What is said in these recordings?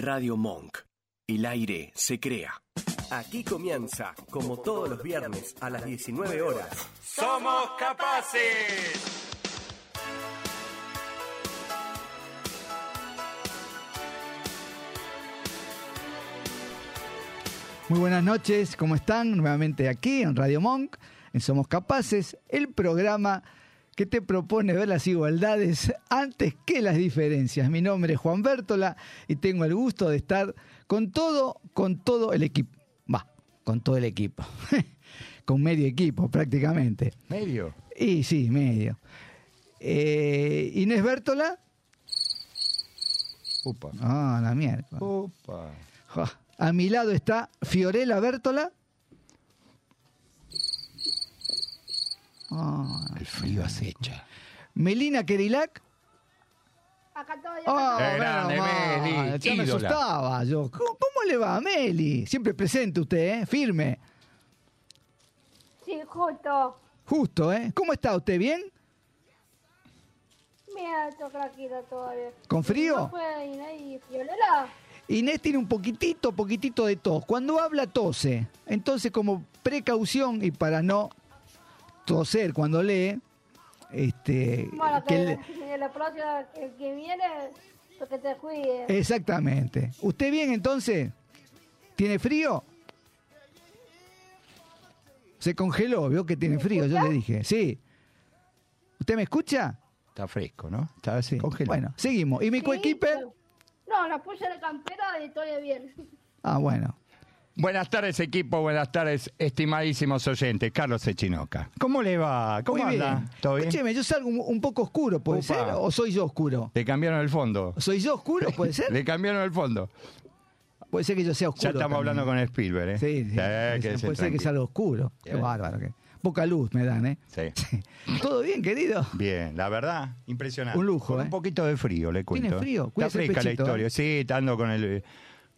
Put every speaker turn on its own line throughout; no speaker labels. Radio Monk. El aire se crea. Aquí comienza, como todos los viernes a las 19 horas.
¡Somos capaces!
Muy buenas noches, ¿cómo están? Nuevamente aquí en Radio Monk, en Somos Capaces, el programa que te propone ver las igualdades antes que las diferencias. Mi nombre es Juan Bértola y tengo el gusto de estar con todo, con todo el equipo. Va, con todo el equipo. con medio equipo prácticamente.
Medio.
Y sí, medio. Eh, Inés Bértola.
Upa.
Ah, la mierda.
Upa.
Jo. A mi lado está Fiorella Bértola. Ah,
El frío acecha.
Melina Kerilac.
Acá estoy, acá
Oh,
Qué grande,
menos mal.
Meli,
Ya me
ídola.
asustaba yo. ¿Cómo, cómo le va, Meli? Siempre presente usted, ¿eh? Firme.
estoy. Sí, justo.
Justo, ¿eh? ¿Cómo está usted? ¿Bien?
Mira, esto craquito todavía.
¿Con
¿No
frío?
fue y nadie violela?
Inés tiene un poquitito, poquitito de tos. Cuando habla, tose. Entonces, como precaución y para no toser cuando lee, este,
Bueno,
que
que,
le-
que la próxima, el que viene, pues que te cuide.
Eh, Exactamente. ¿Usted bien entonces? ¿Tiene frío? Se congeló, vio que tiene frío, yo le dije. Sí. ¿Usted me escucha?
Está fresco, ¿no? Está
Sí.
así.
Bueno, seguimos. ¿Y mi
Sí,
coequiper?
pero- No, la puse de campera y estoy bien.
Ah, bueno.
Buenas tardes, equipo. Buenas tardes, estimadísimos oyentes. Carlos Echinoca. ¿Cómo le va? ¿Cómo
Muy
anda?
bien.
¿Todo bien?
Escúcheme, yo salgo un, un poco oscuro, ¿puede
Upa.
ser? ¿O soy yo oscuro?
Le cambiaron el fondo.
¿Soy yo oscuro, puede ser?
Le cambiaron el fondo.
Puede ser que yo sea oscuro.
Ya estamos
también.
hablando con Spielberg, ¿eh?
Sí, sí. puede
quédese
ser- puede ser que
tranquilo.
sea algo oscuro. Qué
Ya.
bárbaro. que- Poca luz me dan, ¿eh?
Sí.
¿Todo bien, querido?
Bien, la verdad, impresionante.
Un lujo,
Con
¿eh?
Un poquito de frío, le cuento.
frío?
Está
Cuídese el
fresca
pechito,
la historia.
¿eh?
Sí, está ando con el. eh,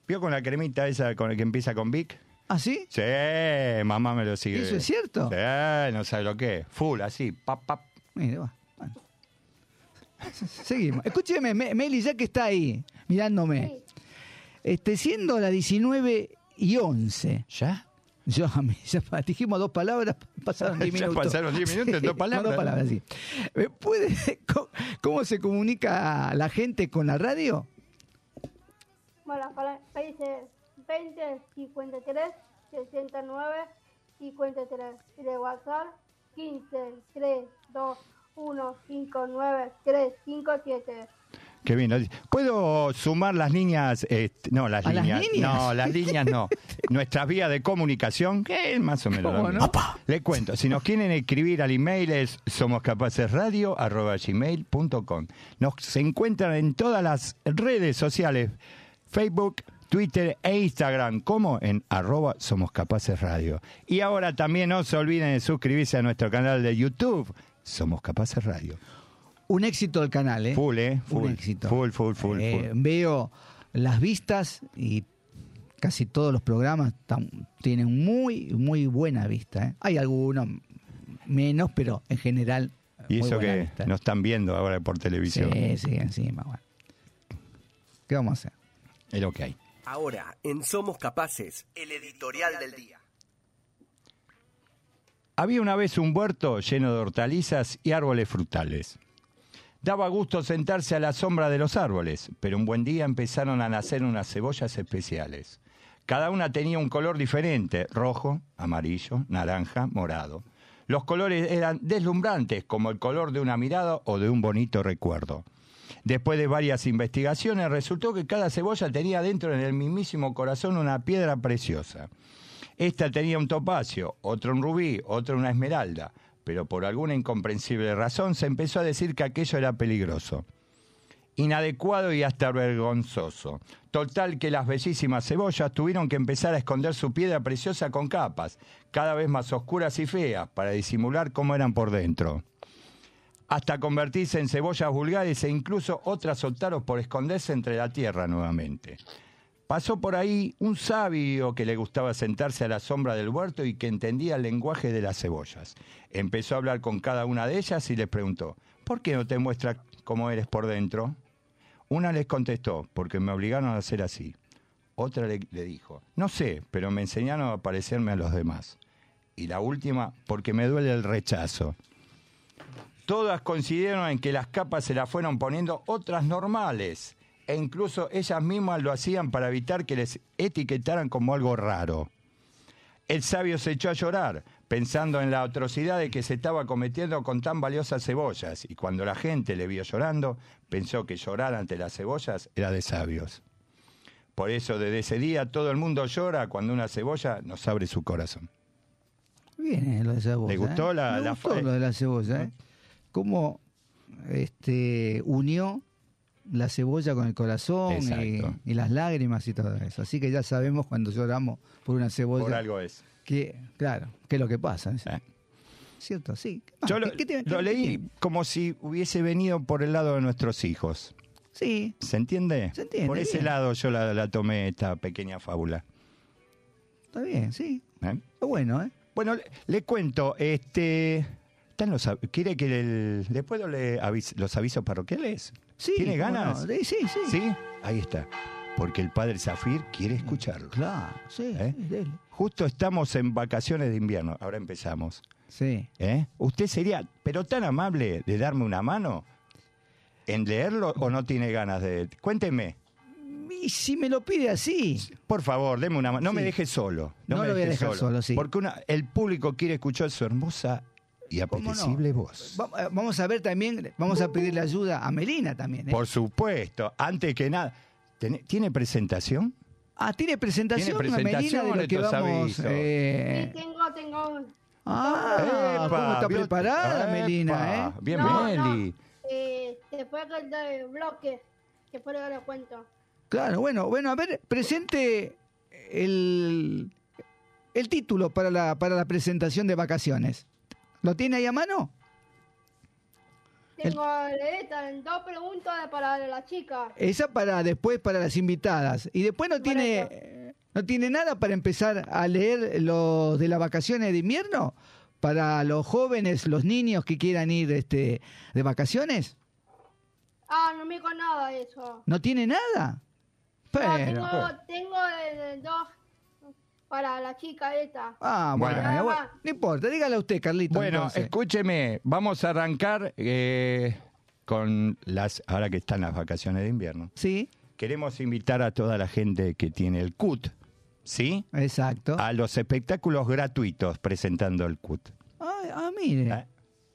¿Vio con la cremita esa con el que empieza con Vic?
¿Ah, sí?
Sí, mamá me lo sigue.
¿Eso es cierto?
Sí, no sabe lo que es. Full, así, pap, pap.
Mire, va. Bueno. Seguimos. Escúcheme, Me- Meli, ya que está ahí, mirándome.
Sí.
Este, siendo las 19 y 11,
¿Ya?
yo a mí, ya pa- dijimos dos palabras, pasaron 10
Ya
minutos.
pasaron 10 minutos, dos palabras.
no, dos palabras, sí. ¿Me puede- co- ¿Cómo se comunica la gente con la radio?
Bueno, para países 20, 53, 69, 53. Y de WhatsApp, 15, 3, 2, 1, 5, 9, 3, 5, 7.
Qué bien. así. ¿Puedo sumar las líneas? este, no, las
¿A las
líneas.
líneas?
No, las líneas no. Nuestras vías de comunicación, que es más o menos lo
¿Cómo
mismo.
no?
Opa. Le cuento, si nos quieren escribir al email es somoscapacesradio.gmail.com Nos encuentran en todas las redes sociales, Facebook, Twitter e Instagram, como en arroba Somos Capaces Radio. Y ahora también no se olviden de suscribirse a nuestro canal de YouTube, Somos Capaces Radio.
Un éxito del canal, ¿eh?
Full, ¿eh? Full.
Un éxito.
Full, full, full,
Eh,
full.
Veo las vistas y casi todos los programas tam- tienen muy, muy buena vista. ¿eh? Hay algunos menos, pero en general.
Y
muy
eso
buena
que
vista.
nos están viendo ahora por televisión.
Sí, sí, encima. bueno. ¿Qué vamos a hacer?
Es lo que hay.
Ahora, en Somos Capaces, el editorial del día.
Había una vez un huerto lleno de hortalizas y árboles frutales. Daba gusto sentarse a la sombra de los árboles, pero un buen día empezaron a nacer unas cebollas especiales. Cada una tenía un color diferente, rojo, amarillo, naranja, morado. Los colores eran deslumbrantes, como el color de una mirada o de un bonito recuerdo. Después de varias investigaciones, resultó que cada cebolla tenía dentro en el mismísimo corazón una piedra preciosa. Esta tenía un topacio, otro un rubí, otro una esmeralda, pero por alguna incomprensible razón se empezó a decir que aquello era peligroso, inadecuado y hasta vergonzoso. Total que las bellísimas cebollas tuvieron que empezar a esconder su piedra preciosa con capas, cada vez más oscuras y feas, para disimular cómo eran por dentro hasta convertirse en cebollas vulgares e incluso otras optaron por esconderse entre la tierra nuevamente. Pasó por ahí un sabio que le gustaba sentarse a la sombra del huerto y que entendía el lenguaje de las cebollas. Empezó a hablar con cada una de ellas y les preguntó, ¿por qué no te muestras cómo eres por dentro? Una les contestó, porque me obligaron a hacer así. Otra le, le dijo, no sé, pero me enseñaron a parecerme a los demás. Y la última, porque me duele el rechazo. Todas coincidieron en que las capas se las fueron poniendo otras normales. E incluso ellas mismas lo hacían para evitar que les etiquetaran como algo raro. El sabio se echó a llorar, pensando en la atrocidad de que se estaba cometiendo con tan valiosas cebollas, y cuando la gente le vio llorando, pensó que llorar ante las cebollas era de sabios. Por eso desde ese día todo el mundo llora cuando una cebolla nos abre su corazón.
Bien, eh, lo de cebolla.
¿Le gustó
eh?
la-
Me
la ¿Mm?
gustó
fra-
lo de la cebolla, ¿eh? Cómo este, unió la cebolla con el corazón y,
Exacto.
y las lágrimas y todo eso. Así que ya sabemos cuando lloramos por una cebolla.
Por algo es.
Que, claro, que es lo que pasa. ¿eh?
Eh.
¿Cierto? Sí. ¿Qué más?
Yo lo,
Ah, ¿Qué- qué te-
lo
qué-
leí
qué-
como si hubiese venido por el lado de nuestros hijos.
Sí,
¿Se entiende?
Se entiende,
por ese
bien.
lado yo la, la tomé esta pequeña fábula.
está bien, sí.
¿eh?
Está bueno, ¿eh?
Bueno, le, le cuento, este. están los av- ¿Quiere que el- le puedo le avis- los avisos parroquiales?
Sí,
¿Tiene
cómo
ganas?
no. Sí, sí, sí.
Sí, ahí está. Porque el padre Zafir quiere escucharlo.
Claro, sí.
¿Eh?
sí, dele.
Justo estamos en vacaciones de invierno, ahora empezamos.
Sí.
¿eh? ¿Usted sería, pero tan amable, de darme una mano en leerlo o no tiene ganas de...? Cuénteme,
Y si me lo pide así.
por favor, deme una mano. No me
Sí.
deje solo.
No
me
lo voy a
deje
dejar solo, sí.
Porque una- el público quiere escuchar su hermosa y
¿Cómo no?
apetecible voz.
Va- eh, Vamos a ver también, vamos a pedirle ayuda a Melina también. ¿eh?
Por supuesto, antes que nada... ¿Tiene, tiene presentación?
Ah, tiene presentación,
Tiene
a Melina de lo
presentación
que
estos
vamos.
avisos.
Sí,
eh,
tengo, tengo un-
Ah,
Epa,
¿cómo está
vio-
preparada
Epa,
Melina? ¿eh?
Bien,
No,
Meli.
no, eh, después del del bloque, después de lo cuento.
Claro, bueno, bueno, a ver, presente el, el título para la, para la presentación de vacaciones. ¿Lo tiene ahí a mano? El-
Tengo esta, dos preguntas para la chica.
Esa para después para las invitadas. Y después no tiene, no tiene nada para empezar a leer los de las vacaciones de invierno para los jóvenes, los niños que quieran ir este, de vacaciones.
Ah, no me dijo nada eso.
No tiene nada.
No,
Pero.
Ah,
ah,
tengo, tengo eh, dos para la chica esta.
Ah, bueno,
Bueno.
eh, bueno, no importa, dígale a usted, Carlito.
Bueno,
entonces.
escúcheme, vamos a arrancar eh, con las. Ahora que están las vacaciones de invierno,
sí,
queremos invitar a toda la gente que tiene el CUT, ¿sí?
exacto.
A los espectáculos gratuitos presentando el CUT.
Ay, ah, mire.
¿eh?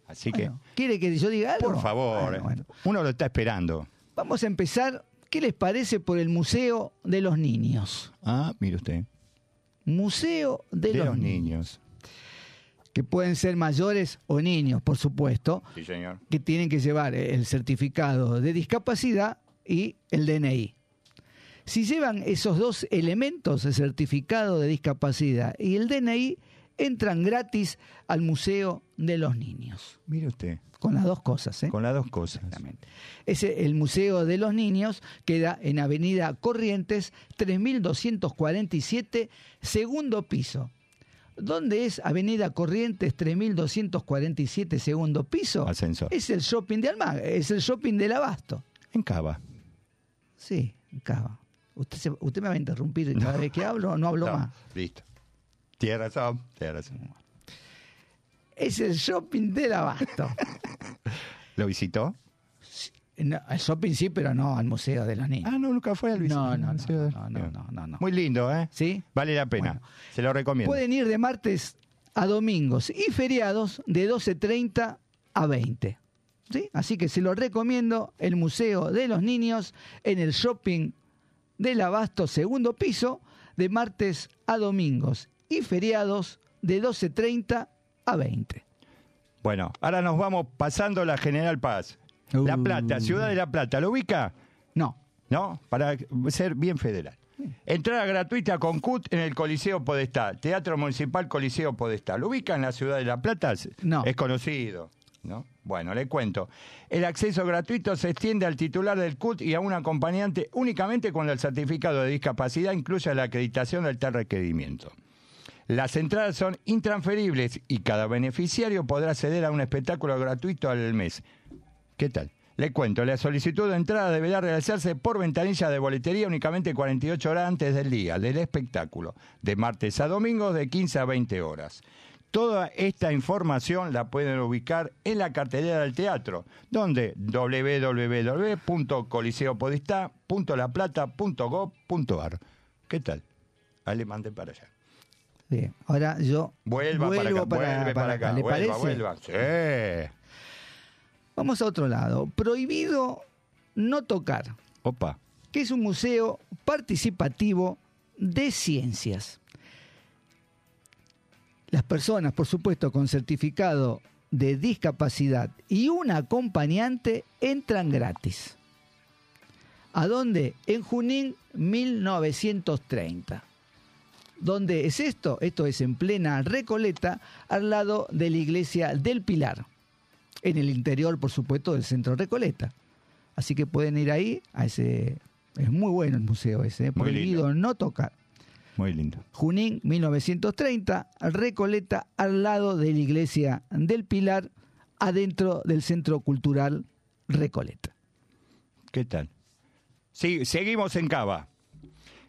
Así
Bueno, ¿Quiere que yo diga
que,
algo?
por favor,
Bueno, bueno.
uno lo está esperando.
Vamos a empezar. ¿Qué les parece por el Museo de los Niños?
Ah, mire usted.
Museo de,
De,
los,
los
Niños.
niños.
que pueden ser mayores o niños, por supuesto,
Sí, señor.
que tienen que llevar el certificado de discapacidad y el DNI. Si llevan esos dos elementos, el certificado de discapacidad y el DNI, entran gratis al Museo de los Niños.
Mire usted,
Con las dos cosas. ¿eh?
con las dos cosas.
Exactamente. Ese, el Museo de los Niños queda en Avenida Corrientes 3247, segundo piso. ¿Dónde es Avenida Corrientes 3247, segundo piso?
Ascensor.
Es el shopping de Almagro, es el shopping del Abasto.
En Cava.
Sí, Cava. ¿Usted, se- usted me va a interrumpir cada vez que hablo o no hablo
No,
más?
Listo. Tiene razón, tiene razón.
Es el shopping del Abasto.
¿Lo visitó?
No, el shopping sí, pero no al Museo de los Niños.
Ah, no, nunca fue al
No, no,
Vicente.
no, no, no, no, no, no.
Muy lindo, ¿eh?
¿Sí?
Vale la pena.
Bueno.
Se lo recomiendo.
Pueden ir de martes a domingos y feriados de 12.30 a 20. ¿Sí? Así que se lo recomiendo el Museo de los Niños en el shopping del Abasto segundo piso de martes a domingos y feriados de 12.30 a 20.
Bueno, ahora nos vamos pasando la General Paz. La
Uh.
Plata, Ciudad de La Plata. ¿Lo ubica?
No,
¿No? Para ser bien federal. Entrada gratuita con CUT en el Coliseo Podestá. Teatro Municipal Coliseo Podestá. ¿Lo ubica en la ciudad de La Plata?
No.
Es conocido. ¿no? Bueno, le cuento. El acceso gratuito se extiende al titular del CUT y a un acompañante únicamente cuando el certificado de discapacidad incluya la acreditación del tal requerimiento. Las entradas son intransferibles y cada beneficiario podrá acceder a un espectáculo gratuito al mes. ¿Qué tal? Le cuento, la solicitud de entrada deberá realizarse por ventanilla de boletería únicamente 48 horas antes del día del espectáculo, de martes a domingos de 15 a 20 horas. Toda esta información la pueden ubicar en la cartelera del teatro, donde www.coliseopodistá.laplata.gov.ar. ¿Qué tal? Ahí le mandé para allá.
Bien, ahora yo
Vuelva para acá,
vuelvo
vuelve para acá,
¿Le
vuelva,
parece?
vuelva. Sí.
Vamos a otro lado. Prohibido no tocar,
Opa.
que es un museo participativo de ciencias. Las personas, por supuesto, con certificado de discapacidad y un acompañante entran gratis. ¿A dónde? En Junín 1930. ¿Dónde es esto? Esto es en plena Recoleta, al lado de la iglesia del Pilar en el interior, por supuesto, del centro Recoleta. Así que pueden ir ahí a ese. Es muy bueno el museo ese, ¿eh?
Muy
prohibido no tocar.
Muy lindo.
Junín 1930, Recoleta al lado de la iglesia del Pilar, adentro del centro cultural Recoleta.
¿Qué tal? Sí, seguimos en Cava.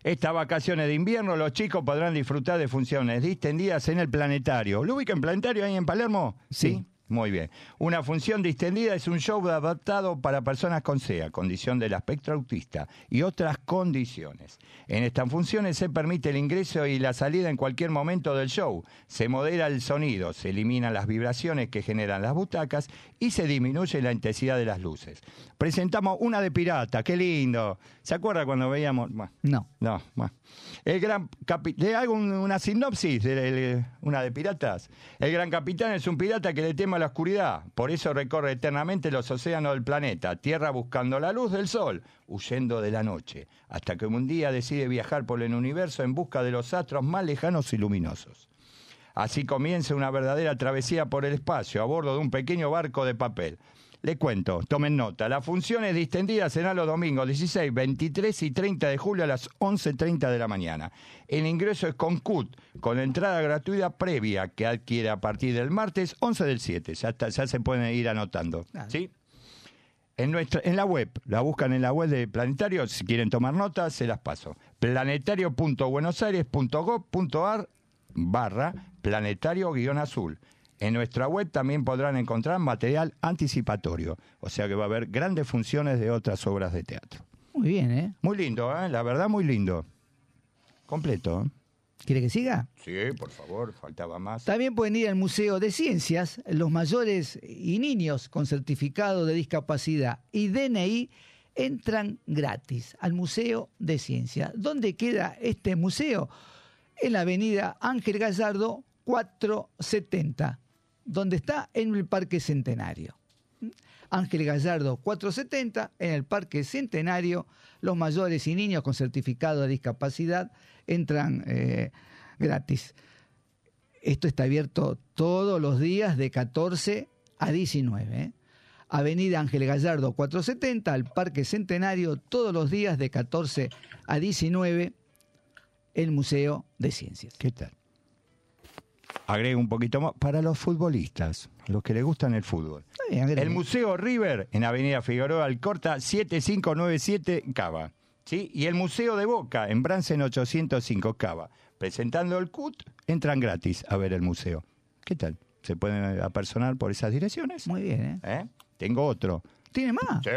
Estas vacaciones de invierno los chicos podrán disfrutar de funciones distendidas en el planetario. ¿Lo ubican planetario ahí en Palermo?
Sí.
Muy bien. Una función distendida es un show adaptado para personas con SEA, condición del espectro autista, y otras condiciones. En estas funciones se permite el ingreso y la salida en cualquier momento del show. Se modera el sonido, se eliminan las vibraciones que generan las butacas y se disminuye la intensidad de las luces. Presentamos una de pirata, qué lindo. ¿Se acuerda cuando veíamos? Bueno,
No.
no, bueno. El gran capi- ¿Le hago un- una sinopsis? de- de- una de piratas. El gran capitán es un pirata que le tema la oscuridad. Por eso recorre eternamente los océanos del planeta, tierra buscando la luz del sol, huyendo de la noche. Hasta que un día decide viajar por el universo en busca de los astros más lejanos y luminosos. Así comienza una verdadera travesía por el espacio a bordo de un pequeño barco de papel. Le cuento, tomen nota, las funciones distendidas serán los domingos 16, 23 y 30 de julio a las 11.30 de la mañana. El ingreso es con CUT, con entrada gratuita previa que adquiere a partir del martes 11 del 7. Ya, está- ya se pueden ir anotando.
Claro.
¿Sí? En, nuestra, en la web, la buscan en la web de Planetario, si quieren tomar notas, se las paso. planetario.buenosaires.gov.ar barra planetario-azul. En nuestra web también podrán encontrar material anticipatorio, o sea que va a haber grandes funciones de otras obras de teatro.
Muy bien, ¿eh?
Muy lindo, ¿eh? la verdad muy lindo. Completo. ¿eh?
¿Quiere que siga?
Sí, por favor, faltaba más.
También pueden ir al Museo de Ciencias. Los mayores y niños con certificado de discapacidad y DNI entran gratis al Museo de Ciencias. ¿Dónde queda este museo? En la avenida Ángel Gallardo 470, donde está en el Parque Centenario. Ángel Gallardo 470 en el Parque Centenario. Los mayores y niños con certificado de discapacidad entran eh, gratis. Esto está abierto todos los días de 14 a 19. ¿eh? Avenida Ángel Gallardo 470 al Parque Centenario todos los días de 14 a 19 el Museo de Ciencias.
¿Qué tal? Agrego un poquito más para los futbolistas, los que les gustan el fútbol.
Está bien, ¿eh? agrega.
El Museo River en Avenida Figueroa Alcorta 7597 Cava. ¿sí? Y el Museo de Boca en Bransen 805 Cava. Presentando el CUT, entran gratis a ver el museo. ¿Qué tal? ¿Se pueden eh, apersonar por esas direcciones?
Muy bien, ¿eh?
¿Eh? Tengo otro.
¿Tiene más?
Sí.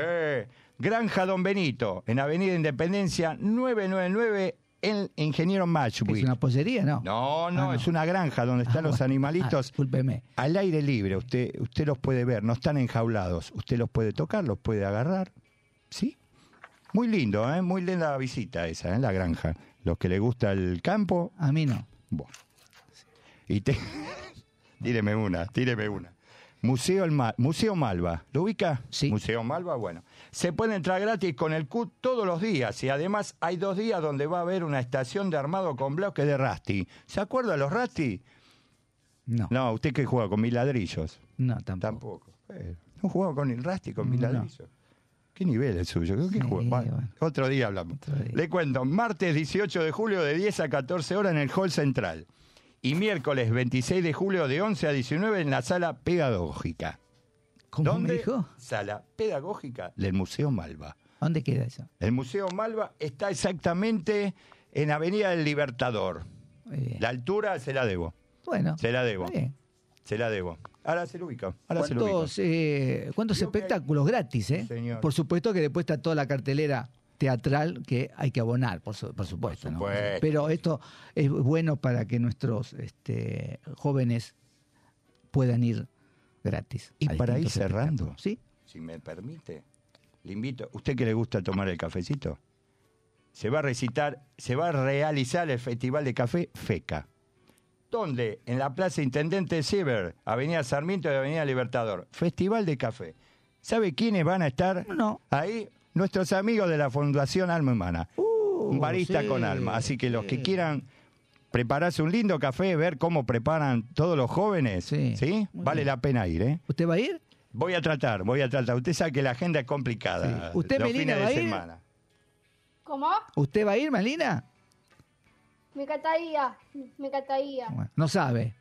Granja Don Benito en Avenida Independencia 999 en Ingeniero
¿Es
Matchwick.
una pollería? No.
No, no,
Ah,
es una granja donde
Ah,
están los
bueno. Ah,
animalitos
discúlpeme.
al aire libre, usted, usted los puede ver, no están enjaulados, usted los puede tocar, los puede agarrar, ¿sí? Muy lindo, ¿eh? muy linda visita esa, ¿eh? la granja. Los que les gusta el campo,
A mí no.
bueno. Y te... tíreme una, tíreme una. Museo, Alma- Museo Malva, ¿lo ubica?
Sí.
Museo Malva, bueno. Se puede entrar gratis con el CUT todos los días y además hay dos días donde va a haber una estación de armado con bloques de Rasti. ¿Se acuerda los Rasti?
No, no,
No, usted que juega con mil ladrillos.
tampoco.
Tampoco. Eh, no jugaba con el Rasti, con
No.
Milagroso. ¿Qué nivel el suyo? ¿Qué
Sí,
juega? Bueno,
bueno.
Otro día hablamos.
Otro día.
Le cuento, martes 18 de julio de 10 a 14 horas en el Hall Central. Y miércoles 26 de julio de 11 a 19 en la sala pedagógica.
¿Cómo me
¿Dónde?
dijo?
Sala pedagógica del Museo Malva.
¿Dónde queda eso?
El Museo Malva está exactamente en Avenida del Libertador.
Muy bien.
La altura se la debo.
bueno,
Se la debo.
está bien.
Se la debo. Ahora se lo ubica. Ahora se lo ubica.
¿Cuántos, eh, cuántos
Creo que hay-
espectáculos gratis? Eh?
Sí, señor.
Por supuesto que después está toda la cartelera teatral que hay que abonar, por, su- por supuesto. ¿no?
supuesto.
Pero esto es bueno para que nuestros este, jóvenes puedan ir gratis.
Y
a
para ir
distintos
cerrando.
espectáculos. ¿Sí?
Si me permite, le invito. ¿Usted que le gusta tomar el cafecito? Se va a recitar, se va a realizar el Festival de Café FECA. Donde en la Plaza Intendente Sieber, Avenida Sarmiento y Avenida Libertador. Festival de Café. ¿Sabe quiénes van a estar
No.
ahí? Nuestros amigos de la Fundación Alma Humana. un barista
Uh, sí,
con alma. Así que los que quieran prepararse un lindo café, ver cómo preparan todos los jóvenes,
Sí.
¿sí?
Muy
Vale
bien.
la pena ir, ¿eh?
¿Usted va a ir?
Voy a tratar, voy a tratar. Usted sabe que la agenda es complicada.
Sí. ¿Usted,
los
Melina,
fines
va a
de
ir?
semana.
¿Cómo?
¿Usted va a ir, Malina?
Me encantaría, me encantaría.
Bueno, no sabe.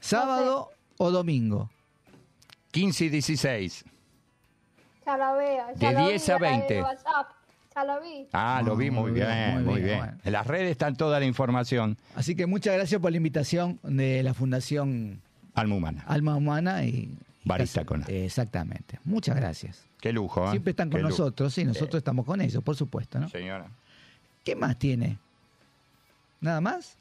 ¿Sábado o domingo?
15 y 16.
Ya la veo. ya
De
la vi,
10 a
ya la vi
20.
en WhatsApp, Ya la vi.
Ah, lo vi muy, bien, muy bien.
bueno.
En las redes están toda la información
Así que muchas gracias por la invitación de la Fundación
alma humana.
Alma Humana y... y
Barista
Casa-
con alma.
Exactamente. Muchas gracias.
Qué lujo, ¿eh?
Siempre están con
Qué lujo. Eh.
nosotros, sí, nosotros estamos con ellos, por supuesto, ¿no?
Señora.
¿Qué más tiene? ¿Nada más?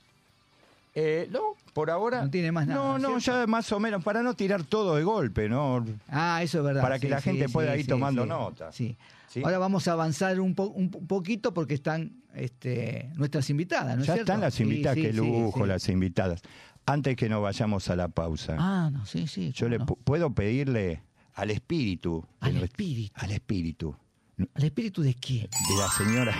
Eh, no, por ahora.
No tiene más nada,
No, no,
¿cierto?
ya más o menos, para no tirar todo de golpe, ¿no?
Ah, eso es verdad.
Para que la gente pueda ir tomando
sí.
nota.
Sí.
Sí.
Ahora vamos a avanzar un, po- un po- poquito porque están este, nuestras invitadas, ¿no es
ya
cierto?
están las
Sí,
invitadas,
sí,
qué
sí,
lujo,
sí.
las invitadas. Antes que nos vayamos a la pausa,
Ah, no, sí, sí.
yo
cómo
le
no.
pu- puedo pedirle al espíritu. de
Al
nuestro-
espíritu.
Al espíritu. De
¿Al espíritu de quién?
la señora.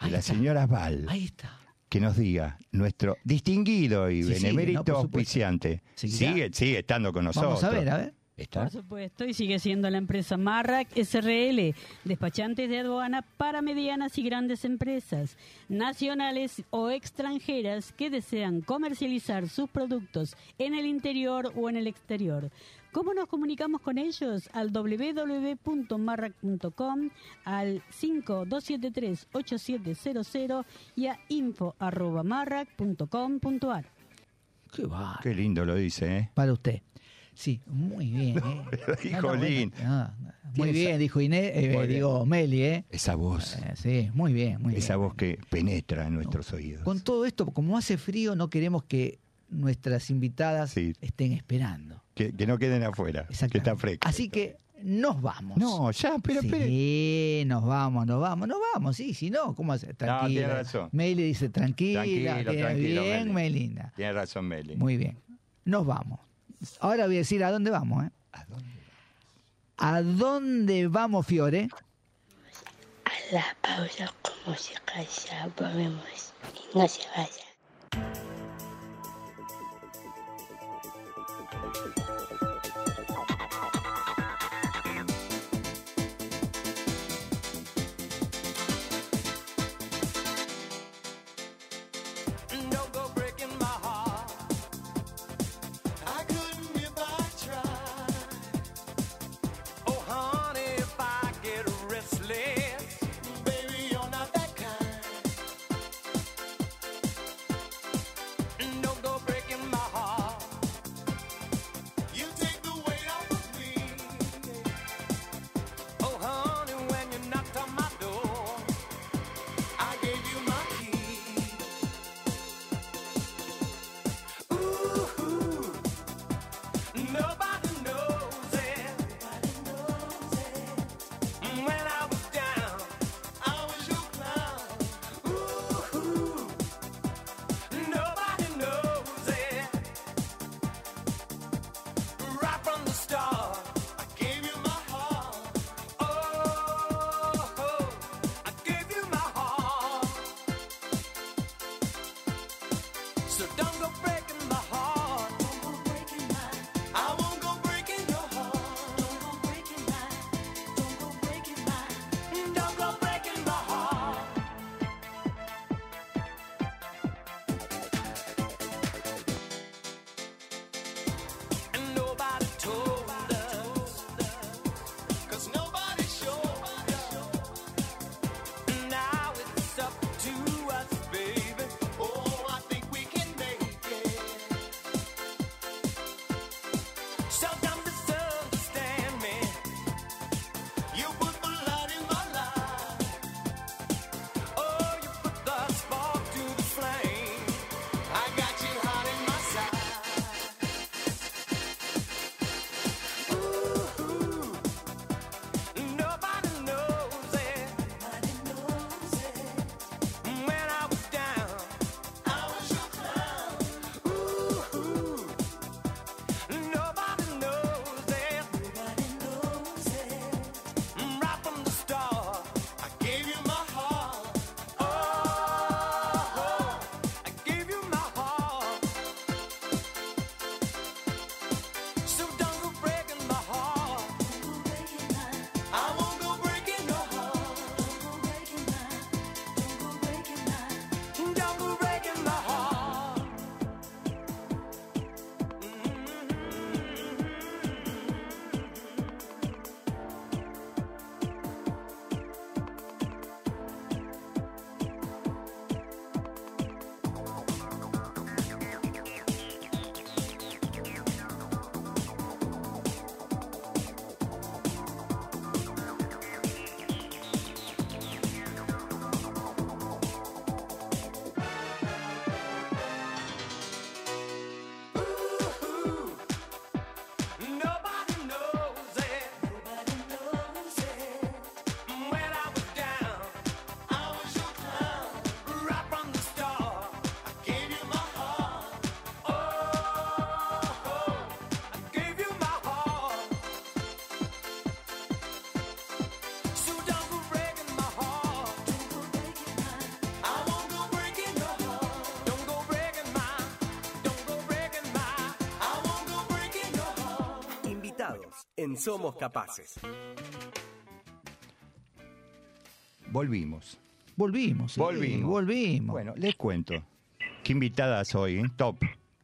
Ahí
De la
está.
señora Val.
Ahí está.
que nos diga nuestro distinguido y
Sí, sigue,
benemérito
¿no? Por supuesto.
auspiciante.
¿Seguirá?
Sigue, sigue estando con nosotros.
Vamos a ver, a ver.
¿Está?
Por supuesto, y sigue siendo la empresa Marrac SRL, despachantes de aduana para medianas y grandes empresas, nacionales o extranjeras que desean comercializar sus productos en el interior o en el exterior. ¿Cómo nos comunicamos con ellos? Al www.marrac.com, al 5273-8700 y a info.marrac.com.ar.
Qué va.
Qué lindo lo dice, ¿eh?
Para usted. Sí, muy bien, ¿eh?
dijo
bueno,
Lin.
ah, muy
Tiene esa-
bien, dijo Inés, eh,
Muy bien.
digo Meli, ¿eh?
Esa voz,
Eh, Sí, muy bien, muy
esa
bien.
voz que penetra en nuestros oídos.
Con todo esto, como hace frío, no queremos que nuestras invitadas
Sí.
estén esperando.
Que, que no queden afuera, que
Exactamente.
está fresco.
Así que nos vamos.
No, ya, pero,
sí,
espere.
nos vamos, nos vamos, nos vamos. Sí, si no, ¿cómo hace? Tranquila.
tiene razón.
Meli dice tranquila.
Tranquilo,
bien,
tranquilo,
bien,
Meli.
Melina.
Tiene razón, Meli.
Muy bien. Nos vamos. Ahora voy a decir a dónde vamos, ¿eh? ¿A dónde vamos, Fiore?
a la pausa con música, ya volvemos. Y no se vayan.
Don't go breaking my heart. I couldn't if I tried. Oh, honey, if I get restless, baby, you're not that kind. Don't go breaking my heart. You take the weight off of me. Oh, honey, when you knocked on my door, I gave you my key. Ooh, nobody knows it. When I was down, I was your clown. Ooh, nobody knows it. Right from the start, I gave you my heart. Oh, I gave you my heart. So don't go breaking my heart. Don't go breaking mine. I won't go breaking your heart. Don't go breaking mine. Don't go breaking mine. Don't go breaking my heart. And nobody told us Oh, Oh, Mm,
en Somos Capaces.
Volvimos.
Volvimos. sí,
volvimos.
Volvimos.
Bueno, les cuento. Qué invitadas hoy, ¿eh? top.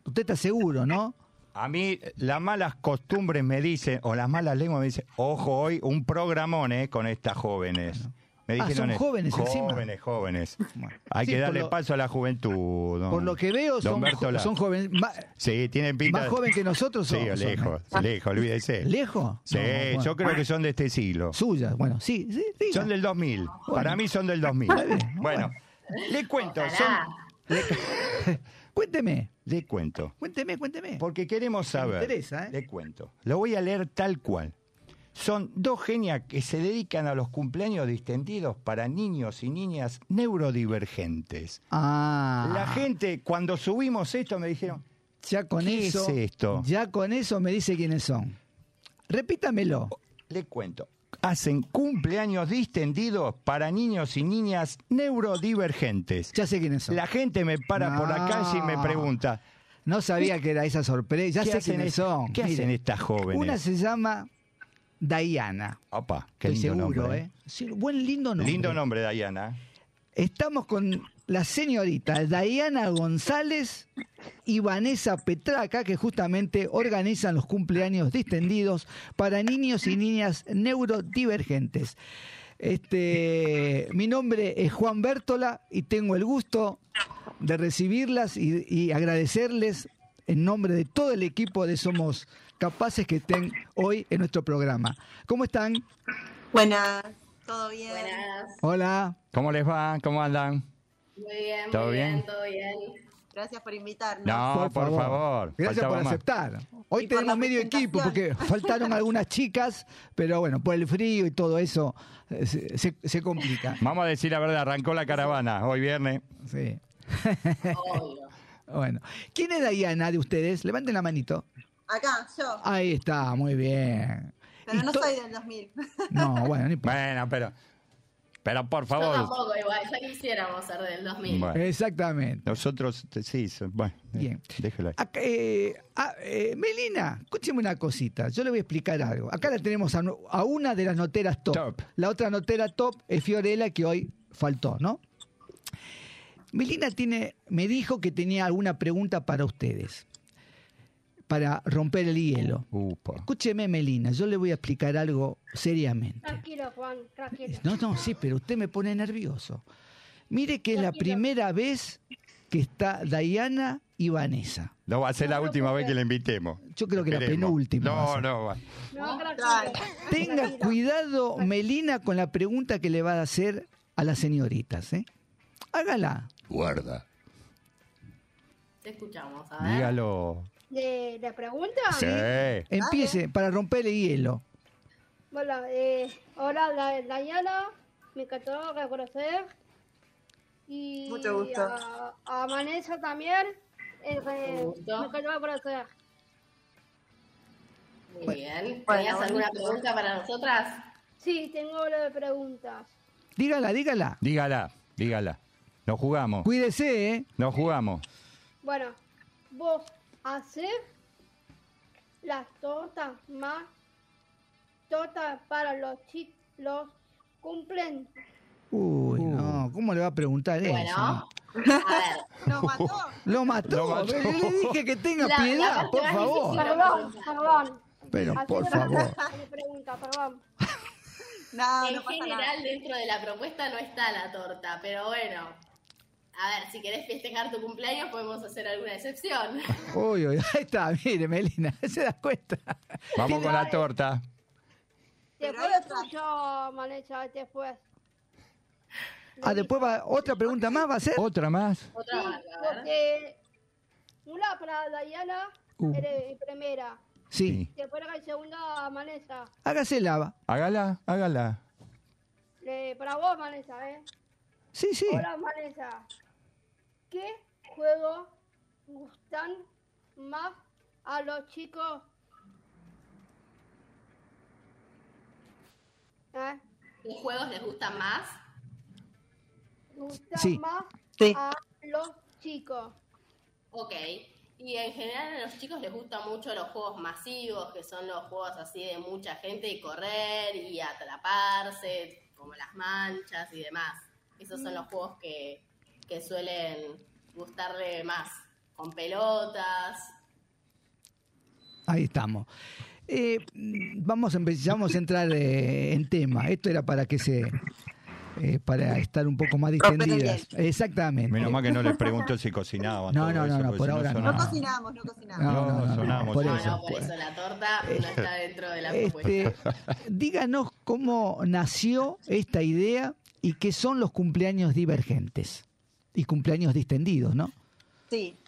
Usted está seguro, ¿no?
A mí las malas costumbres me dicen, o las malas lenguas me dicen, ojo hoy, un programón ¿eh? con estas jóvenes. Me
Ah, son
eh,
jóvenes encima.
Jóvenes, jóvenes.
Bueno.
Hay
Sí,
que
por
darle
lo-
paso a la juventud. don-
Por lo que veo,
don
son,
Bertola.
jo- son jóvenes. ma-
Sí, tienen pinta.
Más joven que nosotros
Sí,
somos, ¿eh?
lejos, lejos, olvídese.
¿Lejos?
Sí,
No, bueno.
yo creo que son de este siglo.
Suyas, bueno, sí, sí, sí.
Son del 2000. Para mí son del 2000. Bueno, le cuento. son-
Cuénteme,
le cuento.
cuénteme, cuénteme.
Porque queremos saber.
interesa, ¿eh?
Le cuento. Lo voy a leer tal cual. Son dos genias que se dedican a los cumpleaños distendidos para niños y niñas neurodivergentes.
Ah,
La gente, cuando subimos esto, me dijeron,
ya con
¿Qué
eso.
es esto?
Ya con eso me dice quiénes son. Repítamelo.
le cuento, hacen cumpleaños distendidos para niños y niñas neurodivergentes.
Ya sé quiénes son.
La gente me para por la
No.
calle y me pregunta,
No sabía que era esa sorpresa.
¿qué
Ya sé
hacen,
quiénes
est-
son.
qué
Mire,
hacen estas jóvenes?
Una se llama Diana.
Opa, qué
Estoy
lindo
seguro,
nombre.
¿eh? Sí, buen lindo nombre.
Lindo nombre, Diana.
Estamos con la señorita Diana González y Vanessa Petraca, que justamente organizan los cumpleaños distendidos para niños y niñas neurodivergentes. Este, mi nombre es Juan Bértola y tengo el gusto de recibirlas y, y agradecerles en nombre de todo el equipo de Somos Capaces que estén hoy en nuestro programa. ¿Cómo están?
Buenas, todo bien.
Buenas.
Hola.
¿Cómo les va? ¿Cómo andan?
Muy bien,
¿Todo
muy bien?
bien?
todo bien.
Gracias por invitarnos.
No, Ah, por, favor.
Gracias
faltaba
por
más.
aceptar. Hoy
Y por
tenemos
la
medio equipo porque
presentación.
faltaron algunas chicas, pero bueno, por el frío y todo eso eh, se, se- se complica.
Vamos a decir la verdad, arrancó la caravana hoy viernes.
Sí. bueno, ¿quién es Diana de ustedes? Levanten la manito.
Acá, yo.
Ahí está, muy bien.
Pero
Y
no
to-
soy del 2000.
No, bueno, no importa.
Bueno, pero. Pero por
Yo
favor.
tampoco, igual, ya quisiéramos ser del 2000.
Bueno,
Exactamente.
nosotros, te- sí, so- bueno. eh,
Bien.
Déjelo ahí.
Acá, eh, ah, eh, Melina, escúcheme una cosita. Yo le voy a explicar algo. Acá la tenemos a, no- a una de las noteras top.
Top.
La otra notera top es Fiorella, que hoy faltó, ¿no? Melina tiene, me dijo que tenía alguna pregunta para ustedes, para romper el hielo.
Upa.
Escúcheme, Melina, yo le voy a explicar algo seriamente.
Tranquilo, Juan, tranquilo.
No, no, sí, pero usted me pone nervioso. Mire que es la primera vez que está Diana y Vanessa.
No va a ser la última vez que le invitemos.
Yo creo que la
Esperemos.
penúltima va a
No,
ser.
no. va.
No,
Dale.
tranquilo.
Tenga
Tranquilo.
cuidado, Melina, con la pregunta que le va a hacer a las señoritas. ¿eh? Hágala.
Guarda.
Te escuchamos, a ver.
Dígalo.
¿Le, le pregunto?
Sí.
Empiece para romper el hielo.
Bueno, eh, hola, la, Dayana, me encantó reconocer. Y
Mucho gusto.
A, a Vanessa también, eh, eh,
gusto.
me encantó reconocer.
Muy bien.
Bueno,
¿Tenías alguna
bonito.
pregunta para nosotras?
Sí, tengo las preguntas.
Dígala, dígala.
Dígala, dígala. Nos jugamos.
Cuídese, ¿eh?
Nos jugamos.
Bueno, vos haces las tortas más tortas para los chicos los cumplen.
Uy,
Uh.
no, ¿cómo le va a preguntar eso?
Bueno, a ver.
Nos mató.
Lo mató.
Lo mató.
Yo le dije que tenga
La- la
piedad,
parte
por
más
favor.
difícil.
Perdón, perdón.
Pero
Haceme
por
la-
favor.
mi pregunta, perdón.
No,
En
no pasa
general,
nada.
dentro de la propuesta no está la torta, pero bueno. A ver, si querés festejar tu cumpleaños, podemos hacer alguna excepción.
Uy, uy, ahí está, mire, Melina, se da cuenta.
Vamos con la torta.
Te
Pero hay
fue
otra.
escuchar, Manecha, este después.
Ah, después va otra pregunta más, ¿va a ser?
Otra más.
Sí,
Otra más, a ver.
porque una para Dayana,
Uh.
eres primera.
Sí.
Después la segunda, Vanessa.
Hágasela.
Hágala, hágala.
Le- para vos, Vanessa, ¿eh?
Sí, sí.
Hola, Vanessa. ¿Qué juegos gustan más a los chicos? ¿Eh?
¿Qué juegos les gustan más?
¿Gustan
Sí.
más
Sí.
a los chicos?
Ok. Y en general a los chicos les gustan mucho los juegos masivos, que son los juegos así de mucha gente y correr y atraparse, como las manchas y demás. Esos
Mm.
son los juegos que, que suelen gustarle más, con pelotas.
Ahí estamos. Eh, vamos, a empe- ya vamos a entrar eh, en tema. Esto era para que se. eh, para estar un poco más
Romper el
distendidas. Exactamente.
Menos mal que no les pregunto si cocinaba.
No, no, no, no, por ahora no.
No cocinamos, no cocinamos.
No, no, no,
sonamos.
por
Ah, No,
eso.
no, por eso la torta
Eh,
no está dentro de la propuesta.
Este, díganos cómo nació esta idea y qué son los cumpleaños divergentes y cumpleaños distendidos, ¿no?
Sí.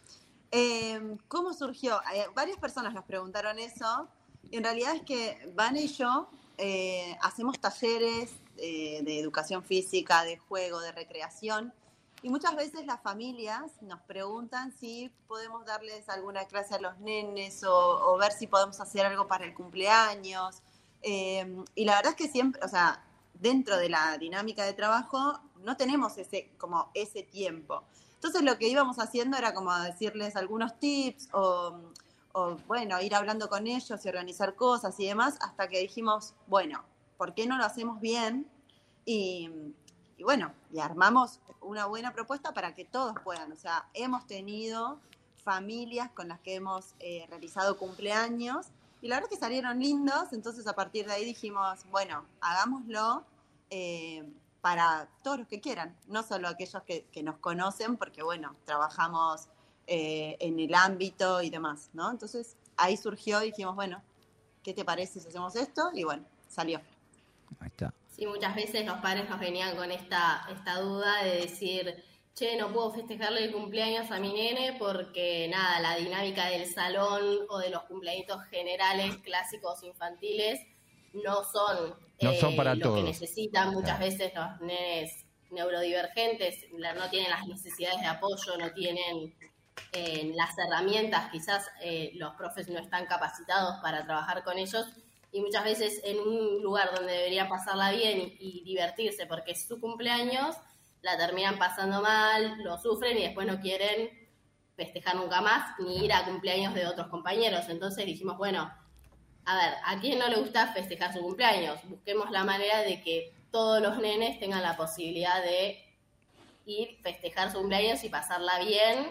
Eh, ¿Cómo surgió? Eh, varias personas nos preguntaron eso. Y en realidad es que Van y yo eh, hacemos talleres eh, de educación física, de juego, de recreación. Y muchas veces las familias nos preguntan si podemos darles alguna clase a los nenes o, o ver si podemos hacer algo para el cumpleaños. Eh, y la verdad es que siempre, o sea, dentro de la dinámica de trabajo no tenemos ese, como ese tiempo. Entonces lo que íbamos haciendo era como decirles algunos tips o, o, bueno, ir hablando con ellos y organizar cosas y demás, hasta que dijimos, bueno, ¿por qué no lo hacemos bien? Y, y bueno, y armamos una buena propuesta para que todos puedan. O sea, hemos tenido familias con las que hemos eh, realizado cumpleaños y la verdad que salieron lindos, entonces a partir de ahí dijimos, bueno, hagámoslo eh, para todos los que quieran, no solo aquellos que, que nos conocen, porque bueno, trabajamos eh, en el ámbito y demás, ¿no? Entonces ahí surgió y dijimos, bueno, ¿qué te parece si hacemos esto? Y bueno, salió.
Ahí está.
Sí, muchas veces los padres nos venían con esta, esta duda de decir, che, no puedo festejarle el cumpleaños a mi nene porque nada, la dinámica del salón o de los cumpleaños generales, clásicos, infantiles, no son, eh,
No son para
lo
todos.
que necesitan muchas
Claro.
veces los nenes neurodivergentes, la- no tienen las necesidades de apoyo, no tienen eh, las herramientas, quizás eh, los profes no están capacitados para trabajar con ellos y muchas veces en un lugar donde deberían pasarla bien y, y divertirse porque es su cumpleaños, la terminan pasando mal, lo sufren y después no quieren festejar nunca más ni ir a cumpleaños de otros compañeros. Entonces dijimos, bueno, a ver, ¿a quién no le gusta festejar su cumpleaños? Busquemos la manera de que todos los nenes tengan la posibilidad de ir, festejar su cumpleaños y pasarla bien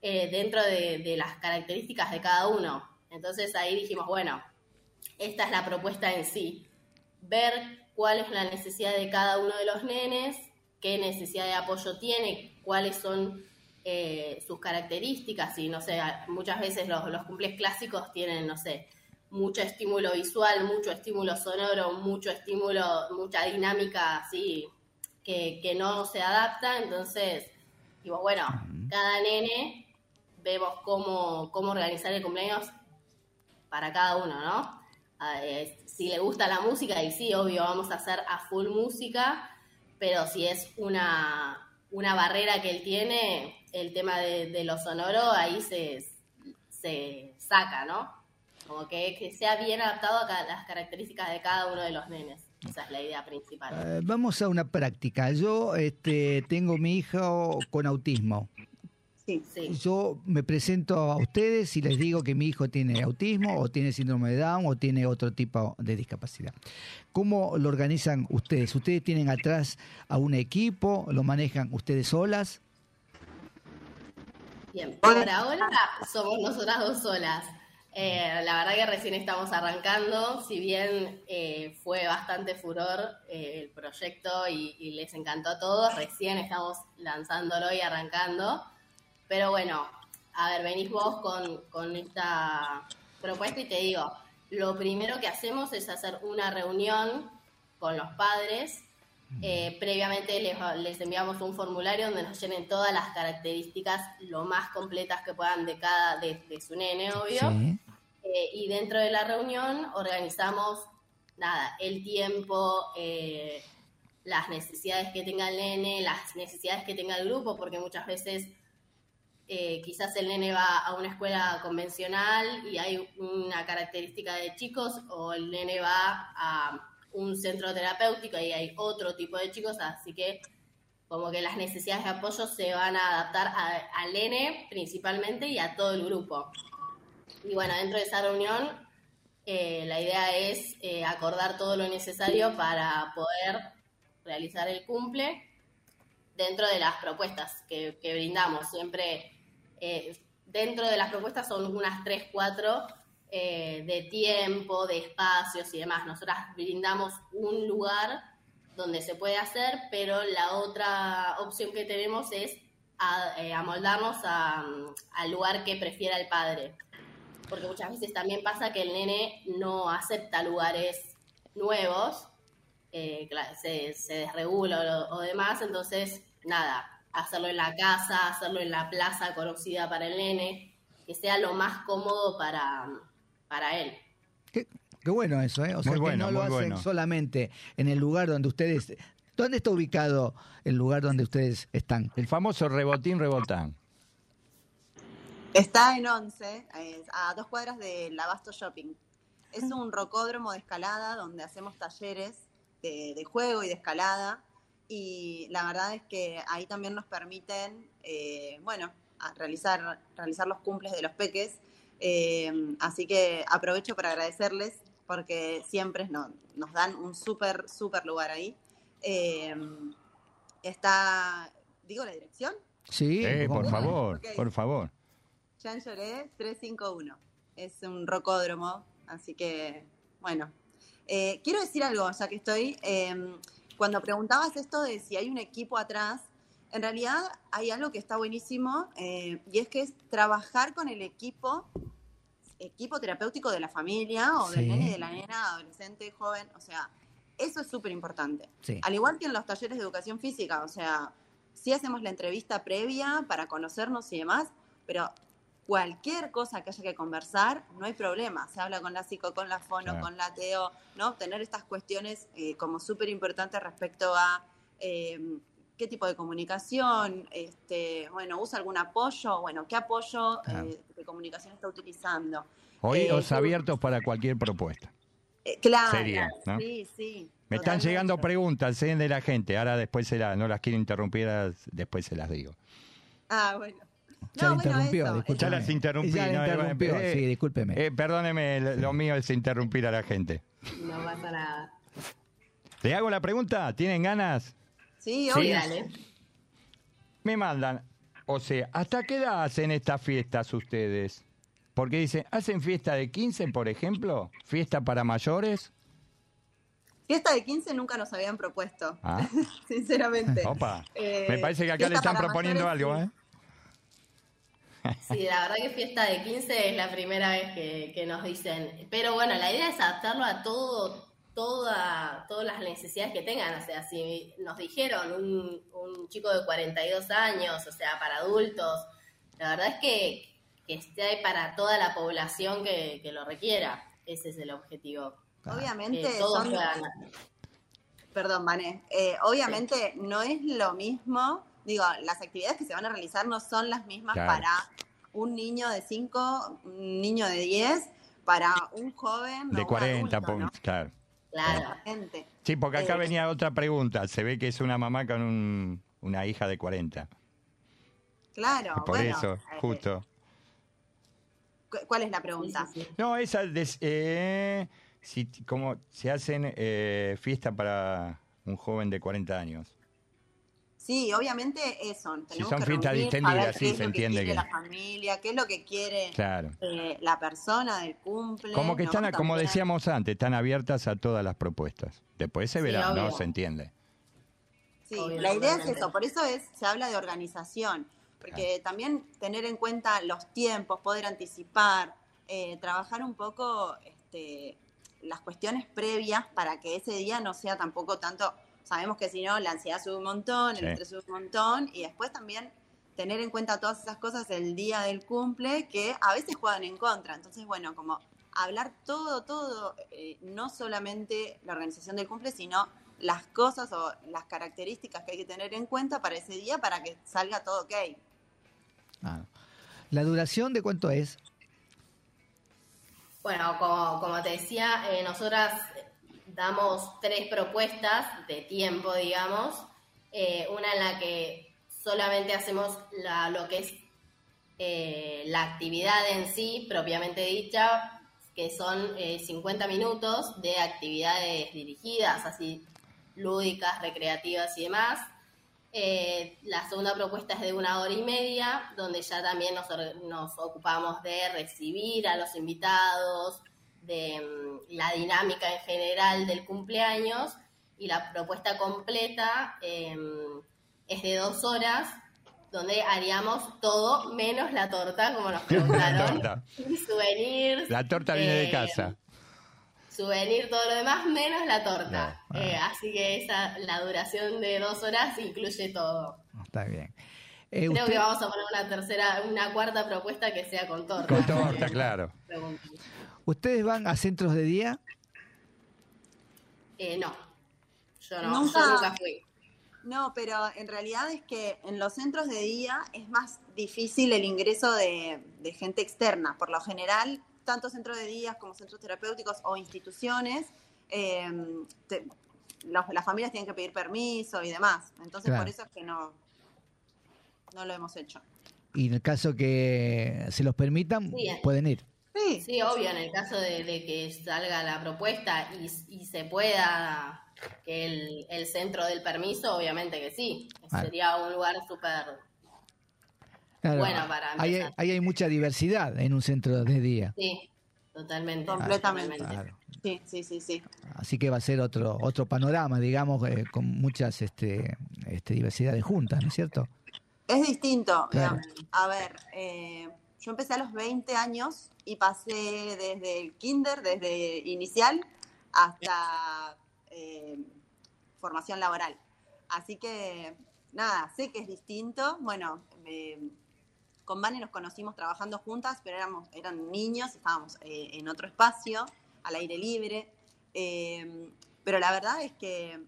eh, dentro de, de las características de cada uno. Entonces ahí dijimos, bueno, esta es la propuesta en sí. Ver cuál es la necesidad de cada uno de los nenes, qué necesidad de apoyo tiene, cuáles son eh, sus características. Y no sé, a- muchas veces los, los cumples clásicos tienen, no sé, mucho estímulo visual, mucho estímulo sonoro, mucho estímulo, mucha dinámica así que, que no se adapta. Entonces, digo, bueno, cada nene vemos cómo, cómo organizar el cumpleaños para cada uno, ¿no? A- eh, si le gusta la música, y sí, obvio, vamos a hacer a full música, pero si es una, una barrera que él tiene, el tema de, de lo sonoro ahí se, se saca, ¿no? Como que, que sea bien adaptado a ca- las características de cada uno de los nenes. Esa es la idea principal.
Eh, vamos a una práctica. Yo este, tengo mi hija con autismo.
Sí.
Sí.
Yo me presento a ustedes y les digo que mi hijo tiene autismo o tiene síndrome de Down o tiene otro tipo de discapacidad. ¿Cómo lo organizan ustedes? ¿Ustedes tienen atrás a un equipo? ¿Lo manejan ustedes solas?
Bien, por ahora somos nosotras dos solas. Eh, la verdad que recién estamos arrancando, si bien eh, fue bastante furor eh, el proyecto y, y les encantó a todos, recién estamos lanzándolo y arrancando. Pero bueno, a ver, venís vos con, con esta propuesta y te digo, lo primero que hacemos es hacer una reunión con los padres. Eh, previamente les, les enviamos un formulario donde nos llenen todas las características lo más completas que puedan de cada, de, de su nene, obvio. Eh, y dentro de la reunión organizamos, nada, el tiempo, eh, las necesidades que tenga el nene, las necesidades que tenga el grupo, porque muchas veces eh, quizás el nene va a una escuela convencional y hay una característica de chicos, o el nene va a un centro terapéutico y hay otro tipo de chicos, así que como que las necesidades de apoyo se van a adaptar a- al nene principalmente y a todo el grupo. Y bueno, dentro de esa reunión eh, la idea es eh, acordar todo lo necesario para poder realizar el cumple dentro de las propuestas que, que brindamos. Siempre eh, dentro de las propuestas son unas 3, 4 eh, de tiempo, de espacios y demás. Nosotras brindamos un lugar donde se puede hacer, pero la otra opción que tenemos es a- eh, amoldarnos a- al lugar que prefiera el padre. Porque muchas veces también pasa que el nene no acepta lugares nuevos, eh, cla- se, se desregula o, o demás, entonces nada, hacerlo en la casa, hacerlo en la plaza conocida para el nene, que sea lo más cómodo para, para él.
Qué, qué bueno eso, ¿eh? O sea,
bueno,
que no lo
muy
hacen
bueno.
solamente en el lugar donde ustedes... ¿Dónde está ubicado el lugar donde ustedes están?
El famoso rebotín rebotán.
Está en 11, es a dos cuadras del Abasto Shopping. Es un rocódromo de escalada donde hacemos talleres de, de juego y de escalada. Y la verdad es que ahí también nos permiten, eh, bueno, a realizar, realizar los cumples de los peques. Eh, así que aprovecho para agradecerles porque siempre no- nos dan un súper, súper lugar ahí. Eh, está, digo la dirección,
Sí,
Eh,
¿cómo?
por favor,
Ok.
por favor.
Jean Lloré 351. Es un rocódromo, así que, bueno. Eh, quiero decir algo, ya que estoy. eh, cuando preguntabas esto de si hay un equipo atrás, en realidad hay algo que está buenísimo eh, y es que es trabajar con el equipo, equipo terapéutico de la familia o
Sí.
del nene, de la nena, adolescente, joven. O sea, eso es súper importante.
Sí.
Al igual que en los talleres de educación física, o sea, sí hacemos la entrevista previa para conocernos y demás, pero cualquier cosa que haya que conversar, no hay problema. Se habla con la psico, con la fono,
Claro.
con la teo, ¿no? Tener estas cuestiones eh, como súper importantes respecto a eh, qué tipo de comunicación, este, bueno, usa algún apoyo, bueno, qué apoyo
Claro.
eh, de comunicación está utilizando.
Oídos
Eh,
abiertos para cualquier propuesta.
Eh, claro.
Sería, ¿no?
Sí, sí.
Me están
totalmente.
llegando preguntas ¿eh? de la gente. Ahora después se las, no las quiero interrumpir, ahora después se las digo.
Ah, bueno.
Ya
No,
la
bueno,
interrumpió,
eso,
disculpa.
Ya las interrumpí.
Ya la
¿no?
interrumpió, sí, discúlpeme.
eh, perdóneme, lo- lo mío es interrumpir a la gente.
No pasa nada.
¿Le hago la pregunta? ¿Tienen ganas?
Sí,
Sí,
obvio.
dale.
Me mandan, o sea, ¿hasta qué edad hacen estas fiestas ustedes? Porque dicen, ¿hacen fiesta de 15, por ejemplo? ¿Fiesta para mayores?
Fiesta de 15 nunca nos habían propuesto,
Ah,
sinceramente.
opa.
Eh,
Me parece que acá le
fiesta
están
para
proponiendo
mayores,
algo,
sí.
¿eh?
Sí, la verdad que fiesta de 15 es la primera vez que, que nos dicen. Pero bueno, la idea es adaptarlo a todo, toda, todas las necesidades que tengan. O sea, si nos dijeron un, un chico de 42 años, o sea, para adultos, la verdad es que, que esté para toda la población que, que lo requiera. Ese es el objetivo.
Obviamente,
Que Eh, todos
son-
puedan.
Perdón, Vané. Eh, obviamente no es lo mismo. Digo, las actividades que se van a realizar no son las mismas
Claro.
para un niño de 5, un niño de 10, para un joven. o
De
un
40,
adulto, ¿no?
pum, claro.
Claro.
Exactamente.
Sí, porque acá
Eh,
venía otra pregunta. Se ve que es una mamá con un- una hija de 40.
Claro.
Por
bueno,
eso,
eh,
justo.
cu- ¿Cuál es la pregunta?
Sí, sí, sí.
No, esa des- eh, si, como se hacen eh, fiesta para un joven de 40 años.
Sí, obviamente eso. Tenemos
son
que
fiestas
reunir,
distendidas,
a ver
sí,
qué es
se
lo
entiende
que quiere
que-
la familia, qué es lo que quiere
Claro.
eh, la persona del cumple.
Como que
¿no?
están, como
También.
decíamos antes, están abiertas a todas las propuestas. Después se
Sí,
verá, ¿no?
obvio.
Se entiende.
Sí,
Obvio,
la idea es
totalmente.
eso, por eso es, se habla de organización, porque también tener en cuenta los tiempos, poder anticipar, eh, trabajar un poco este, las cuestiones previas para que ese día no sea tampoco tanto, sabemos que si no, la ansiedad sube un montón,
Sí.
el estrés sube un montón, y después también tener en cuenta todas esas cosas el día del cumple que a veces juegan en contra, entonces bueno, como hablar todo, todo, eh, no solamente la organización del cumple, sino las cosas o las características que hay que tener en cuenta para ese día para que salga todo ok.
Ah. ¿La duración de cuánto es?
Bueno, como, como te decía, eh, nosotras damos tres propuestas de tiempo, digamos, eh, una en la que solamente hacemos la- lo que es eh, la actividad en sí, propiamente dicha, que son eh, 50 minutos de actividades dirigidas, así lúdicas, recreativas y demás. Eh, la segunda propuesta es de una hora y media, donde ya también nos, or- nos ocupamos de recibir a los invitados, de mm, la dinámica en general del cumpleaños y la propuesta completa eh, es de dos horas, donde haríamos todo menos la torta, como nos
La
preguntaron.
torta.
Souvenirs,
La torta viene de
eh,
casa.
souvenir, todo lo demás, menos la torta. Eh, así que esa, la duración de dos horas incluye todo.
Está bien. Eh,
Creo
usted-
que vamos a poner una tercera, una cuarta propuesta que sea con torta.
Con torta, claro.
Pregunta.
¿Ustedes van a centros de día?
Eh, no, yo no,
Nunca.
yo nunca fui.
No, pero en realidad es que en los centros de día es más difícil el ingreso de, de gente externa. Por lo general, tanto centros de días como centros terapéuticos o instituciones, eh, te- los- las familias tienen que pedir permiso y demás. Entonces,
Claro.
por eso es que no, no lo hemos hecho.
Y en el caso que se los permitan,
Bien.
pueden ir.
Sí,
Sí, obvio, en el caso de, de que salga la propuesta y, y se pueda que el, el centro del permiso, obviamente que sí.
Vale.
Sería un lugar súper...
Claro,
Bueno, para
ahí, hay-
empezar.
ahí hay mucha diversidad en un centro de día.
Sí, totalmente.
Completamente.
Claro.
sí, sí, sí. sí.
Así que va a ser otro otro panorama, digamos, eh, con muchas este, este, diversidades juntas, ¿no es cierto?
Es distinto.
Claro.
digamos. A ver, eh, yo empecé a los 20 años y pasé desde el kinder, desde inicial, hasta eh, formación laboral. Así que, nada, sé que es distinto. Bueno, eh, con Vane nos conocimos trabajando juntas, pero éramos, eran niños, estábamos eh, en otro espacio, al aire libre. Eh, pero la verdad es que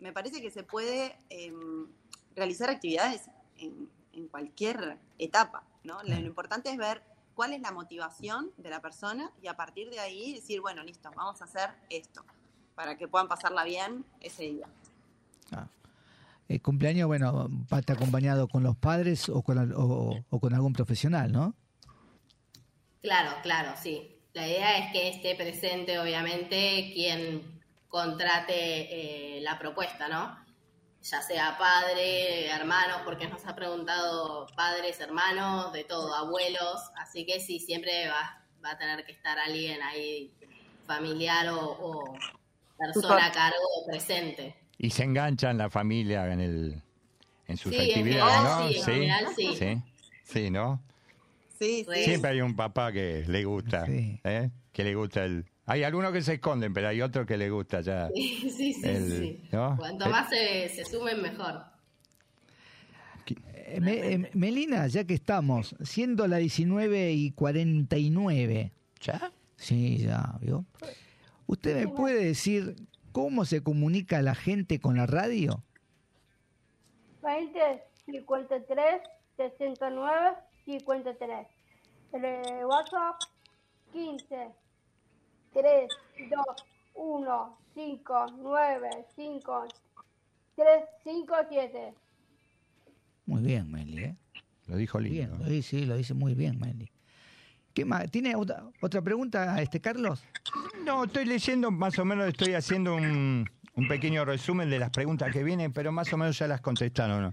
me parece que se puede em, realizar actividades en, en cualquier etapa, ¿no? Lo, lo importante es ver cuál es la motivación de la persona y a partir de ahí decir, bueno, listo, vamos a hacer esto para que puedan pasarla bien ese día.
El Eh, cumpleaños, bueno, va a estar acompañado con los padres o con, al- o- o con algún profesional, ¿no?
Claro, claro, sí. La idea es que esté presente, obviamente, quien contrate eh, la propuesta, ¿no? Ya sea padre, hermanos, porque nos ha preguntado padres, hermanos, de todo, abuelos. Así que sí, siempre va, va a tener que estar alguien ahí, familiar o, o persona a cargo presente.
Y se enganchan la familia en el en sus
Sí, en
actividades,
general
¿no?
sí, en general sí.
sí. Sí, ¿no?
Sí,
Re.
sí.
Siempre hay un papá que le gusta,
Sí.
¿eh? Que le gusta el... Hay algunos que se esconden, pero hay otros que le gusta ya.
Sí, sí, sí.
El-
sí.
¿no? Eh.
Cuanto
El-
más se, se sumen, mejor.
Eh, Me- eh, Melina, ya que estamos, siendo la 19 y 49.
¿Ya?
Sí, ya, ¿vio? ¿Usted me puede decir cómo se comunica la gente con la radio?
20, 53, 69, 53. El eh, WhatsApp 15, 3, 2, 1, 5, 9, 5, 3, 5, 7.
Muy bien, Meli, ¿eh?
Lo dijo
Bien,
lindo.
lo dice, sí, lo dice muy bien, Meli. ¿Qué más? ¿Tiene otra, otra pregunta, este Carlos?
No, estoy leyendo, más o menos estoy haciendo un, un pequeño resumen de las preguntas que vienen, pero más o menos ya las contestaron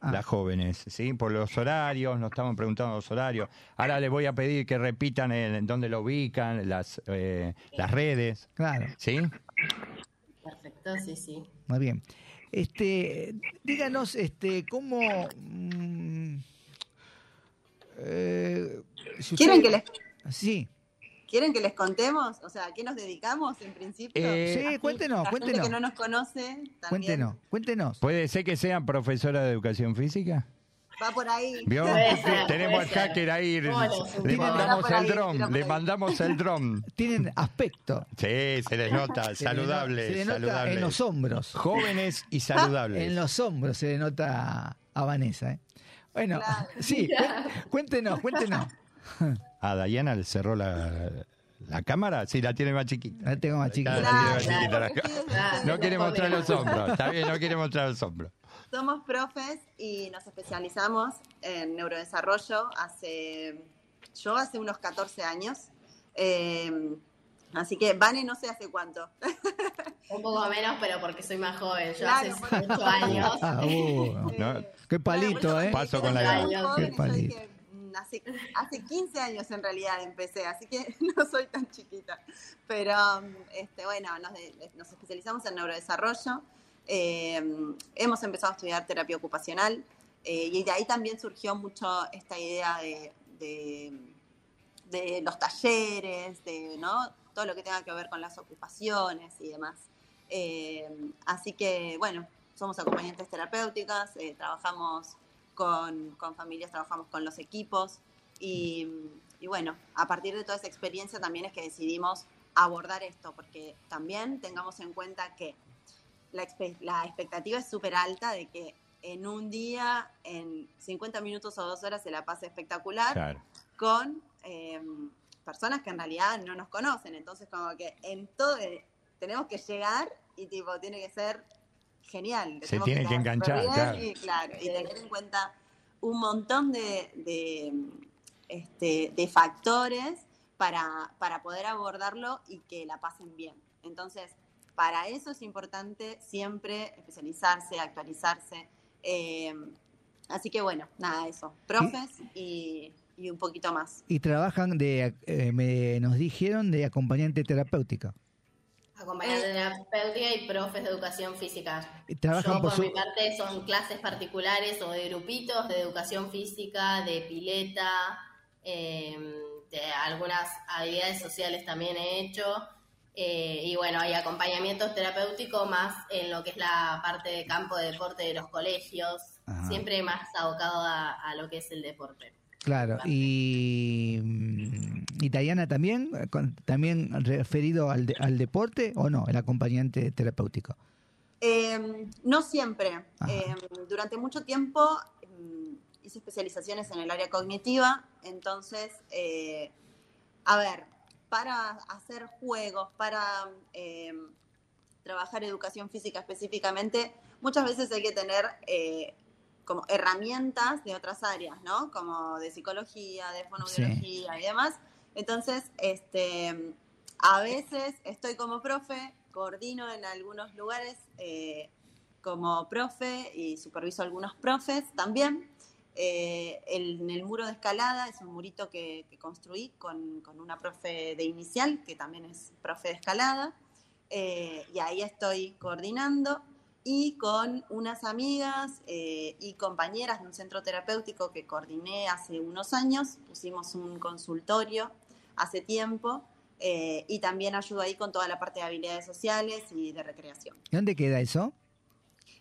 Ah.
las jóvenes, ¿sí? Por los horarios, nos estaban preguntando los horarios. Ahora les voy a pedir que repitan en, en dónde lo ubican, las, eh, las redes,
Claro,
¿sí?
Perfecto, sí, sí.
muy bien. Este, díganos, este, cómo. mm, eh, si
¿Quieren
usted-
que, les,
Sí,
¿Quieren que les contemos? O sea, ¿a qué nos dedicamos en principio?
Eh,
sí,
Así,
cuéntenos,
la gente
cuéntenos.
que no nos conoce también
cuéntenos, cuéntenos.
¿Puede ser que sean profesora de educación física?
va por ahí.
¿Vio?
Puede ser,
Tenemos al
puede ser.
hacker ahí, le
Bueno,
le
tira
mandamos
por ahí,
el
tira
dron,
por
le
ahí.
mandamos el dron.
Tienen aspecto.
Sí, se les nota,
Se le no-
saludable,
se le nota
saludable.
En los hombros.
Jóvenes y saludables.
En los hombros se le nota a Vanessa. ¿eh? Bueno,
Claro.
sí, cué- cuéntenos, cuéntenos.
A Ah, Dayana le cerró la, la cámara, sí, la tiene más chiquita.
La tengo más chiquita.
Claro,
Claro,
chiquita la
porque
cámara.
ustedes
No quiere
Joven.
mostrar los hombros, está bien, no quiere mostrar los hombros.
Somos profes y nos especializamos en neurodesarrollo hace, yo hace unos 14 años. Eh, así que Vane no sé hace cuánto.
Un poco menos, pero porque soy más joven. Yo
Claro,
hace
porque-
8 años.
Ah, uh,
No,
qué palito, ¿eh?
Paso con la
Yo era muy
edad.
joven,
Qué
yo
palito.
dije, mm, Hace, hace 15 años en realidad empecé, así que no soy tan chiquita. Pero mm, este, bueno, nos, de- nos especializamos en neurodesarrollo. Eh, hemos empezado a estudiar terapia ocupacional eh, y de ahí también surgió mucho esta idea de, de- de los talleres, de ¿no? todo lo que tenga que ver con las ocupaciones y demás. Eh, así que, bueno, somos acompañantes terapéuticas, eh, trabajamos con, con familias, trabajamos con los equipos y, y bueno, a partir de toda esa experiencia también es que decidimos abordar esto, porque también tengamos en cuenta que la, expe- la expectativa es súper alta de que en un día, en 50 minutos o dos horas se la pase espectacular
Claro.
con eh, personas que en realidad no nos conocen. Entonces, como que en todo eh, tenemos que llegar y tipo, tiene que ser genial.
Se
Tenemos
tiene que
quedar
enganchar,
súper
claro.
Y, claro, y tener en cuenta un montón de, de, este, de factores para, para poder abordarlo y que la pasen bien. Entonces, para eso es importante siempre especializarse, actualizarse. eh, así que bueno, nada, eso. Profes y, y un poquito más.
Y trabajan de, eh, me, nos dijeron, de acompañante terapéutica.
Acompañante terapéutica y profes de educación física.
Y trabajan
Yo,
por
por
su-
mi parte, son clases particulares o de grupitos de educación física, de pileta, eh, de algunas habilidades sociales también he hecho. Eh, y bueno, hay acompañamientos terapéuticos más en lo que es la parte de campo de deporte de los colegios,
Ajá.
siempre más abocado a, a lo que es el deporte.
Claro, y, mm, y Tayana también, eh, con- también referido al, de- al deporte o no, el acompañante terapéutico.
Eh, no siempre.
Ajá.
Eh, durante mucho tiempo mm, hice especializaciones en el área cognitiva, entonces, eh, a ver, para hacer juegos, para eh, trabajar educación física específicamente, muchas veces hay que tener eh, como herramientas de otras áreas, ¿no? Como de psicología, de fonobiología y demás. Entonces, este, a veces estoy como profe, coordino en algunos lugares eh, como profe y superviso algunos profes también. Eh, el- en el muro de escalada es un murito que, que construí con, con una profe de inicial, que también es profe de escalada, Eh, y ahí estoy coordinando y con unas amigas eh, y compañeras de un centro terapéutico que coordiné hace unos años, pusimos un consultorio hace tiempo eh, y también ayudo ahí con toda la parte de habilidades sociales y de recreación.
¿Y dónde queda eso?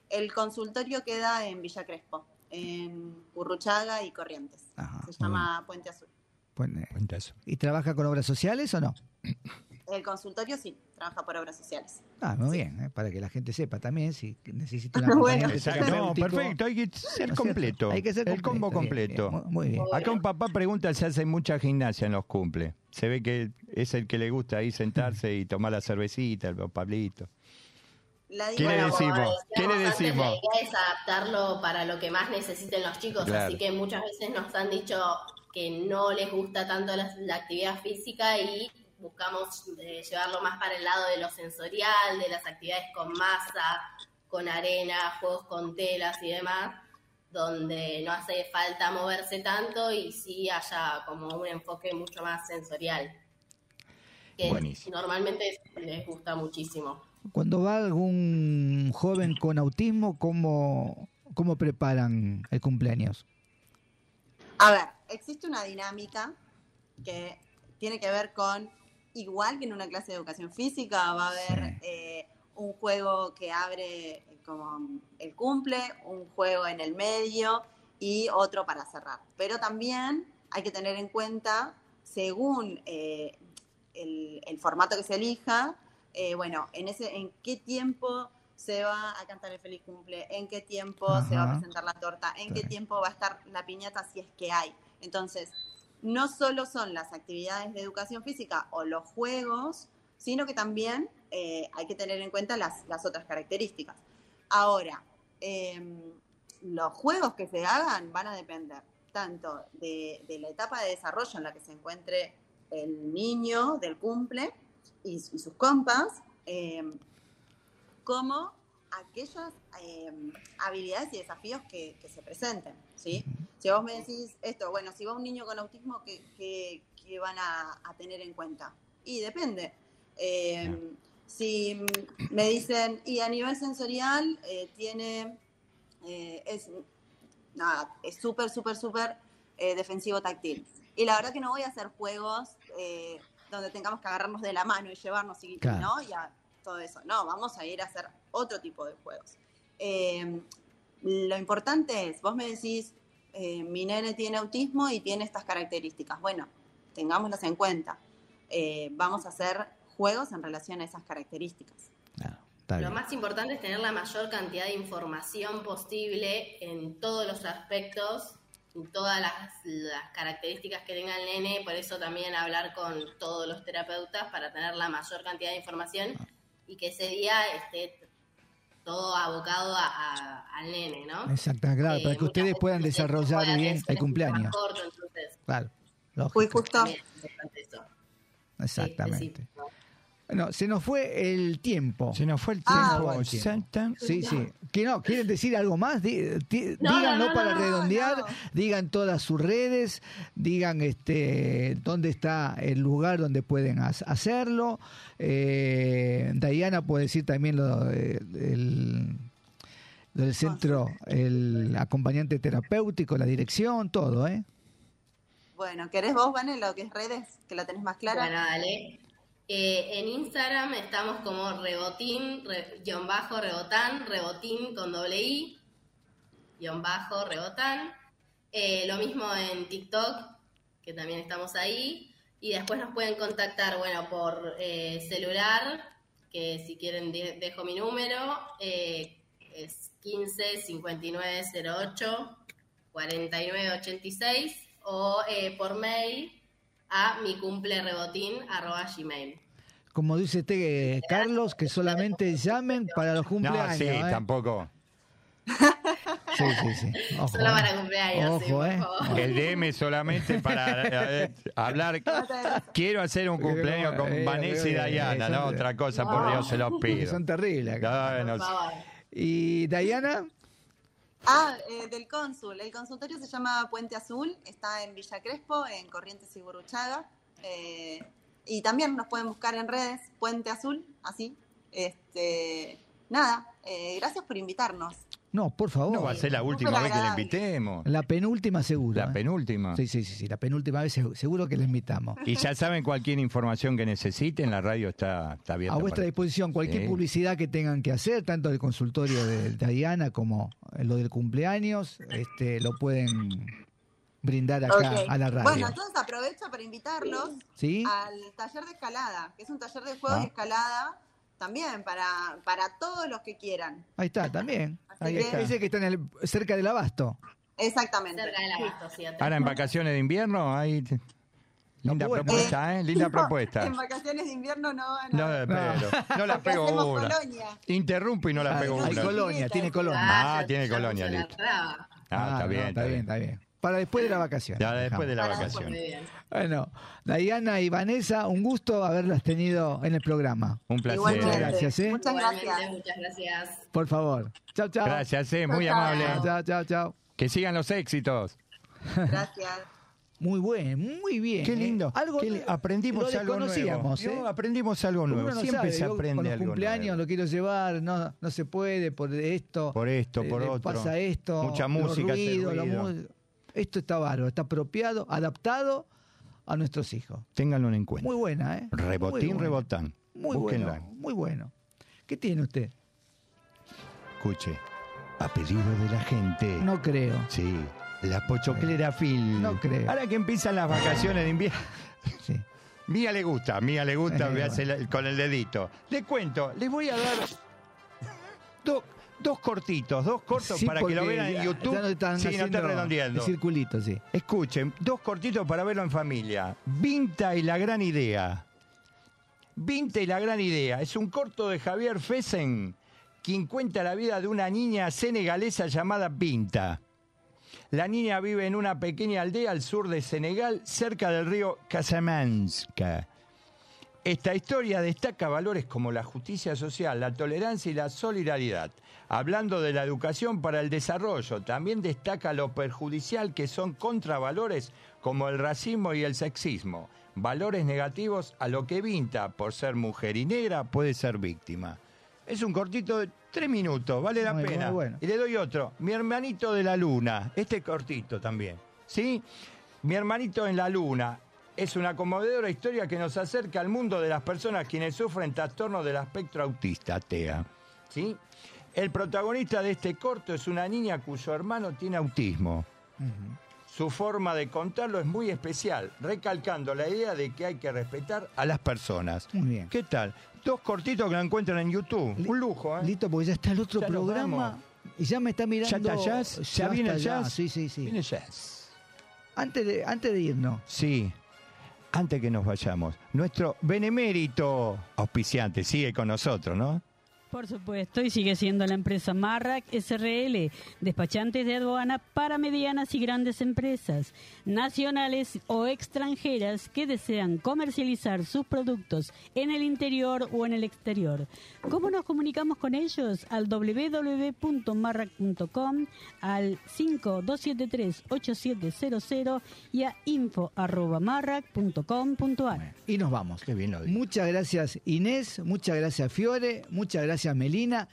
El consultorio queda en Villa Crespo, en Urruchaga y Corrientes.
Ajá, Ah, muy
Se llama Puente Azul.
Bueno, eh,
Cuenta eso.
¿Y trabaja con obras sociales o no?
El consultorio sí, trabaja por obras sociales.
Ah, muy bien, eh, para que la gente sepa también si necesita un
Bueno.
acompañante
Exacto, no,
terapéutico.
perfecto, hay que
¿No
ser
este es cierto?
completo.
Hay que ser
el combo completo.
bien, bien, muy bien.
Acá un papá pregunta si hace mucha gimnasia en los cumple. Se ve que es el que le gusta ahí sentarse y tomar la cervecita, el Pablito.
La
¿Qué le
bueno,
como
decimos?
decíamos
¿Qué le
antes,
decimos?
La idea es adaptarlo para lo que más necesiten los chicos,
Claro.
así que muchas veces nos han dicho que no les gusta tanto la, la actividad física y buscamos eh, llevarlo más para el lado de lo sensorial, de las actividades con masa, con arena, juegos con telas y demás, donde no hace falta moverse tanto y sí haya como un enfoque mucho más sensorial, que
Buenísimo.
normalmente les gusta muchísimo.
Cuando va algún joven con autismo, ¿cómo, cómo preparan el cumpleaños?
A ver, existe una dinámica que tiene que ver con, igual que en una clase de educación física, va a haber eh, un juego que abre eh, como el cumple, un juego en el medio y otro para cerrar. Pero también hay que tener en cuenta, según eh, el, el formato que se elija, eh, bueno, en, ese, en qué tiempo se va a cantar el feliz cumple, en qué tiempo se va a
Ajá.
presentar la torta, en qué
Claro.
tiempo va a estar la piñata si es que hay. Entonces, no solo son las actividades de educación física o los juegos, sino que también eh, hay que tener en cuenta las, las otras características. Ahora, eh, los juegos que se hagan van a depender tanto de, de la etapa de desarrollo en la que se encuentre el niño del cumple y, su- y sus compas, eh, como aquellas eh, habilidades y desafíos que, que se presenten, ¿sí? Si vos me decís esto, bueno, si va un niño con autismo, ¿qué, qué- qué van a, a tener en cuenta? Y depende. Eh, si me dicen, y a nivel sensorial, eh, tiene, eh, es, nada, es súper, súper, súper eh, defensivo táctil. Y la verdad que no voy a hacer juegos eh, donde tengamos que agarrarnos de la mano y llevarnos y,
Claro.
¿no? y a todo eso. No, vamos a ir a hacer otro tipo de juegos. Eh, lo importante es, vos me decís, eh, mi nene tiene autismo y tiene estas características. Bueno, tengámoslas en cuenta. Eh, vamos a hacer juegos en relación a esas características.
Claro, está
Lo
bien.
más importante es tener la mayor cantidad de información posible en todos los aspectos, en todas las, las características que tenga el nene, por eso también hablar con todos los terapeutas para tener la mayor cantidad de información
Ah.
y que ese día esté todo abocado a- a- al nene, ¿no?
Exacto, claro,
Eh,
para que
muchas
ustedes
veces
puedan
el tiempo
desarrollar
juega,
bien
es
el
un
cumpleaños.
más corto, entonces,
Claro,
Fui
lógico,
justo.
también es importante eso. Sí,
exactamente.
decir, ¿no?
Bueno, se nos fue el tiemempo.
Se nos fue el
Ah,
tiempo.
bueno.
Santa.
Sí, sí. ¿Que no? ¿Quieren decir algo más? Di- ti-
No,
díganlo
no, no,
para
no,
redondear,
no.
digan todas sus redes, digan este dónde está el lugar donde pueden ha- hacerlo. Eh, Dayana puede decir también lo, eh, el, lo del centro, el acompañante terapéutico, la dirección, todo, ¿eh?
Bueno, ¿querés vos, Vane, lo que es redes, que la tenés más clara?
Bueno, dale. Eh, en Instagram estamos como rebotín, re- guión bajo, rebotán, rebotín con doble i, guión bajo, rebotán. Eh, lo mismo en TikTok, que también estamos ahí. Y después nos pueden contactar, bueno, por eh, celular, que si quieren de- dejo mi número, eh, es 15 59 08 49 86 o eh, por mail a mi cumple gmail.
Como dice usted, eh, Carlos, que solamente llamen para los
No,
cumpleaños.
sí,
¿eh?
tampoco.
Sí, sí, sí. Ojo,
Solo
¿eh?
para cumpleaños, sí,
Ojo,
por
¿eh?
favor.
El DM solamente para eh, hablar. Quiero hacer un cumpleaños
Eh,
con Vanessa y
eh,
Diana,
son-
no otra cosa, por Dios, se los
Que
pido.
son terribles. acá.
No, no
Por
sé.
favor.
Y Dayana,
Ah, eh, del cónsul. El consultorio se llama Puente Azul, está en Villa Crespo, en Corrientes y Burruchaga. Eh, y también nos pueden buscar en redes, Puente Azul, así. Este, nada, eh, gracias por invitarnos.
no, por favor.
No va a ser la última
Súper
vez que le
agradable.
invitemos.
La penúltima seguro.
La ah.
¿eh?
penúltima.
Sí, sí, sí, sí, la penúltima vez seg- seguro que la invitamos.
Y ya saben, cualquier información que necesiten, la radio está, está abierta.
A vuestra
para-
disposición, cualquier
Sí.
publicidad que tengan que hacer, tanto el consultorio de Dayana como lo del cumpleaños, este, lo pueden brindar acá
Ok.
a la radio.
Bueno, entonces ah. aprovecho para invitarlos
¿Sí?
al taller de escalada, que es un taller de juegos
Ah.
de escalada también para, para todos los que quieran.
Ahí está, también.
Ahí
Ese-
está.
Ese que está en el- cerca del abasto.
Exactamente.
Cerca del agosto, sí, atrás.
Ahora en vacaciones de invierno, hay linda
bueno.
propuesta, ¿eh? Linda propuesta.
En vacaciones de invierno no van a...
No, pero, no la
Porque hacemos
pego una.
colonia.
Interrumpo y no la
Hay,
pego
no,
Ah, hay
Colonia.
una.
colonia, tiene colonia.
Ah,
ya-
tiene
ya
colonia,
puso la
listo.
traba.
Ah,
Ah,
está
no,
bien, está bien.
está bien. Para después de la vacación.
Ya después de la
Para después,
vacación.
muy bien.
Bueno, Dayana y Vanessa, un gusto haberlas tenido en el programa.
Un placer.
Igualmente.
Muchas gracias, ¿eh?
Muchas
Igualmente,
gracias.
Muchas gracias.
Por favor. Chao, chao.
Gracias, eh, muy
Chao,
amable.
chao.
Chao, chao, chao.
Que sigan los éxitos.
Gracias.
Muy buen, muy bien.
Qué
¿eh?
lindo.
Algo
Qué li- aprendimos
lo
algo nuevo.
desconocíamos, ¿eh?
No, aprendimos algo nuevo.
Uno no
Siempre
sabe,
se
digo,
aprende
con los
algo
cumpleaños
nuevo.
lo quiero llevar, no, no se puede por esto.
Por esto,
le-
por
le
otro.
pasa esto.
Mucha
los
música, ese
ruidos, los
ruido.
mu- Esto está bárbaro, está apropiado, adaptado a nuestros hijos.
Ténganlo en cuenta.
Muy buena, ¿eh? Muy
Rebotín,
buena.
rebotán.
Muy
Búsquenla.
bueno, muy bueno. ¿Qué tiene usted?
Escuche. A pedido de la gente.
No creo.
Sí. La pochoclera Phil.
Eh, No creo.
Ahora que empiezan las vacaciones de invierno.
Sí.
Mía le gusta, mía le gusta,
Eh,
me hace la- con el dedito. Les cuento, les voy a dar do- dos cortitos, dos cortos
Sí,
para que lo
porque
vean en
ya-
YouTube.
ya no están
sí, no
haciendo
estoy redondeando.
el circulito, sí.
Escuchen, dos cortitos para verlo en familia. Vinta y la gran idea. Vinta y la gran idea. Es un corto de Javier Fesen quien cuenta la vida de una niña senegalesa llamada Pinta. La niña vive en una pequeña aldea al sur de Senegal, cerca del río Casamanca. Esta historia destaca valores como la justicia social, la tolerancia y la solidaridad. Hablando de la educación para el desarrollo, también destaca lo perjudicial que son contravalores como el racismo y el sexismo, valores negativos a lo que Vinta, por ser mujer y negra, puede ser víctima. Es un cortito de tres minutos, vale la
Muy, muy
pena.
bueno.
Y le doy otro, mi hermanito de la luna, este es cortito también, ¿sí? Mi hermanito en la luna. Es una conmovedora historia que nos acerca al mundo de las personas quienes sufren trastornos del espectro autista, TEA. ¿Sí? El protagonista de este corto es una niña cuyo hermano tiene autismo. Su forma de contarlo es muy especial, recalcando la idea de que hay que respetar a las personas.
Muy bien.
¿Qué tal? Dos cortitos que lo encuentran en YouTube.
Li-
Un lujo, ¿eh?
Listo, porque ya está el otro
Ya nos
programa
vamos.
y ya me está mirando.
¿Ya está jazz? ¿Ya, viene el
está
jazz?
Sí, sí, sí.
¿Viene jazz?
Antes, de, antes de irnos,
Sí. Antes que nos vayamos, nuestro benemérito auspiciante sigue con nosotros, ¿no?
Por supuesto, y sigue siendo la empresa Marrac SRL, despachantes de aduana para medianas y grandes empresas, nacionales o extranjeras que desean comercializar sus productos en el interior o en el exterior. ¿Cómo nos comunicamos con ellos? Al www.marrac.com, al 5273-8700 y a info.marrac.com.ar.
y nos vamos.
Qué bien lo dijo.
Muchas gracias Inés, muchas gracias Fiore, muchas gracias Melina,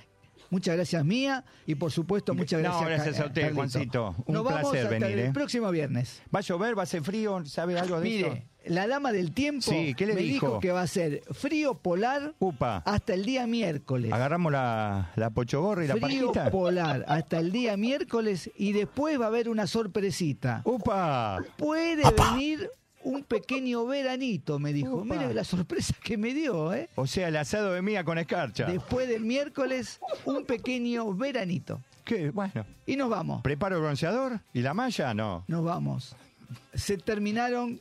muchas gracias Mía y por supuesto muchas
No,
gracias.
gracias
Ca-
a usted,
Carlito.
Juancito. Un
nos vamos
placer
hasta
venir,
El
¿eh?
próximo viernes.
¿Va a llover? ¿Va a hacer frío? ¿Sabe algo de eso?
Mire, la dama del tiempo
Sí, ¿qué le
me dijo?
dijo?
que va a ser frío polar
Upa.
hasta el día miércoles.
Agarramos la, la pochogorra y la
frío
parquita.
polar hasta el día miércoles y después va a haber una sorpresita.
¡Upa!
Puede venir un pequeño veranito, me dijo.
Upa.
Mire la sorpresa que me dio, ¿eh?
O sea, el asado de mía con escarcha.
Después del miércoles, un pequeño veranito.
¿Qué? Bueno.
Y nos vamos.
¿Preparo el bronceador? ¿Y la malla? No.
Nos vamos. Se terminaron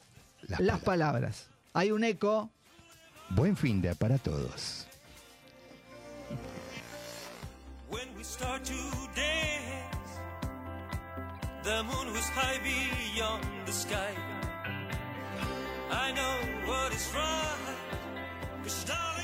las, palabras. Hay un eco.
Buen fin de para todos.
When we start to dance, the moon was high beyond the sky. I know what is right, 'cause darling,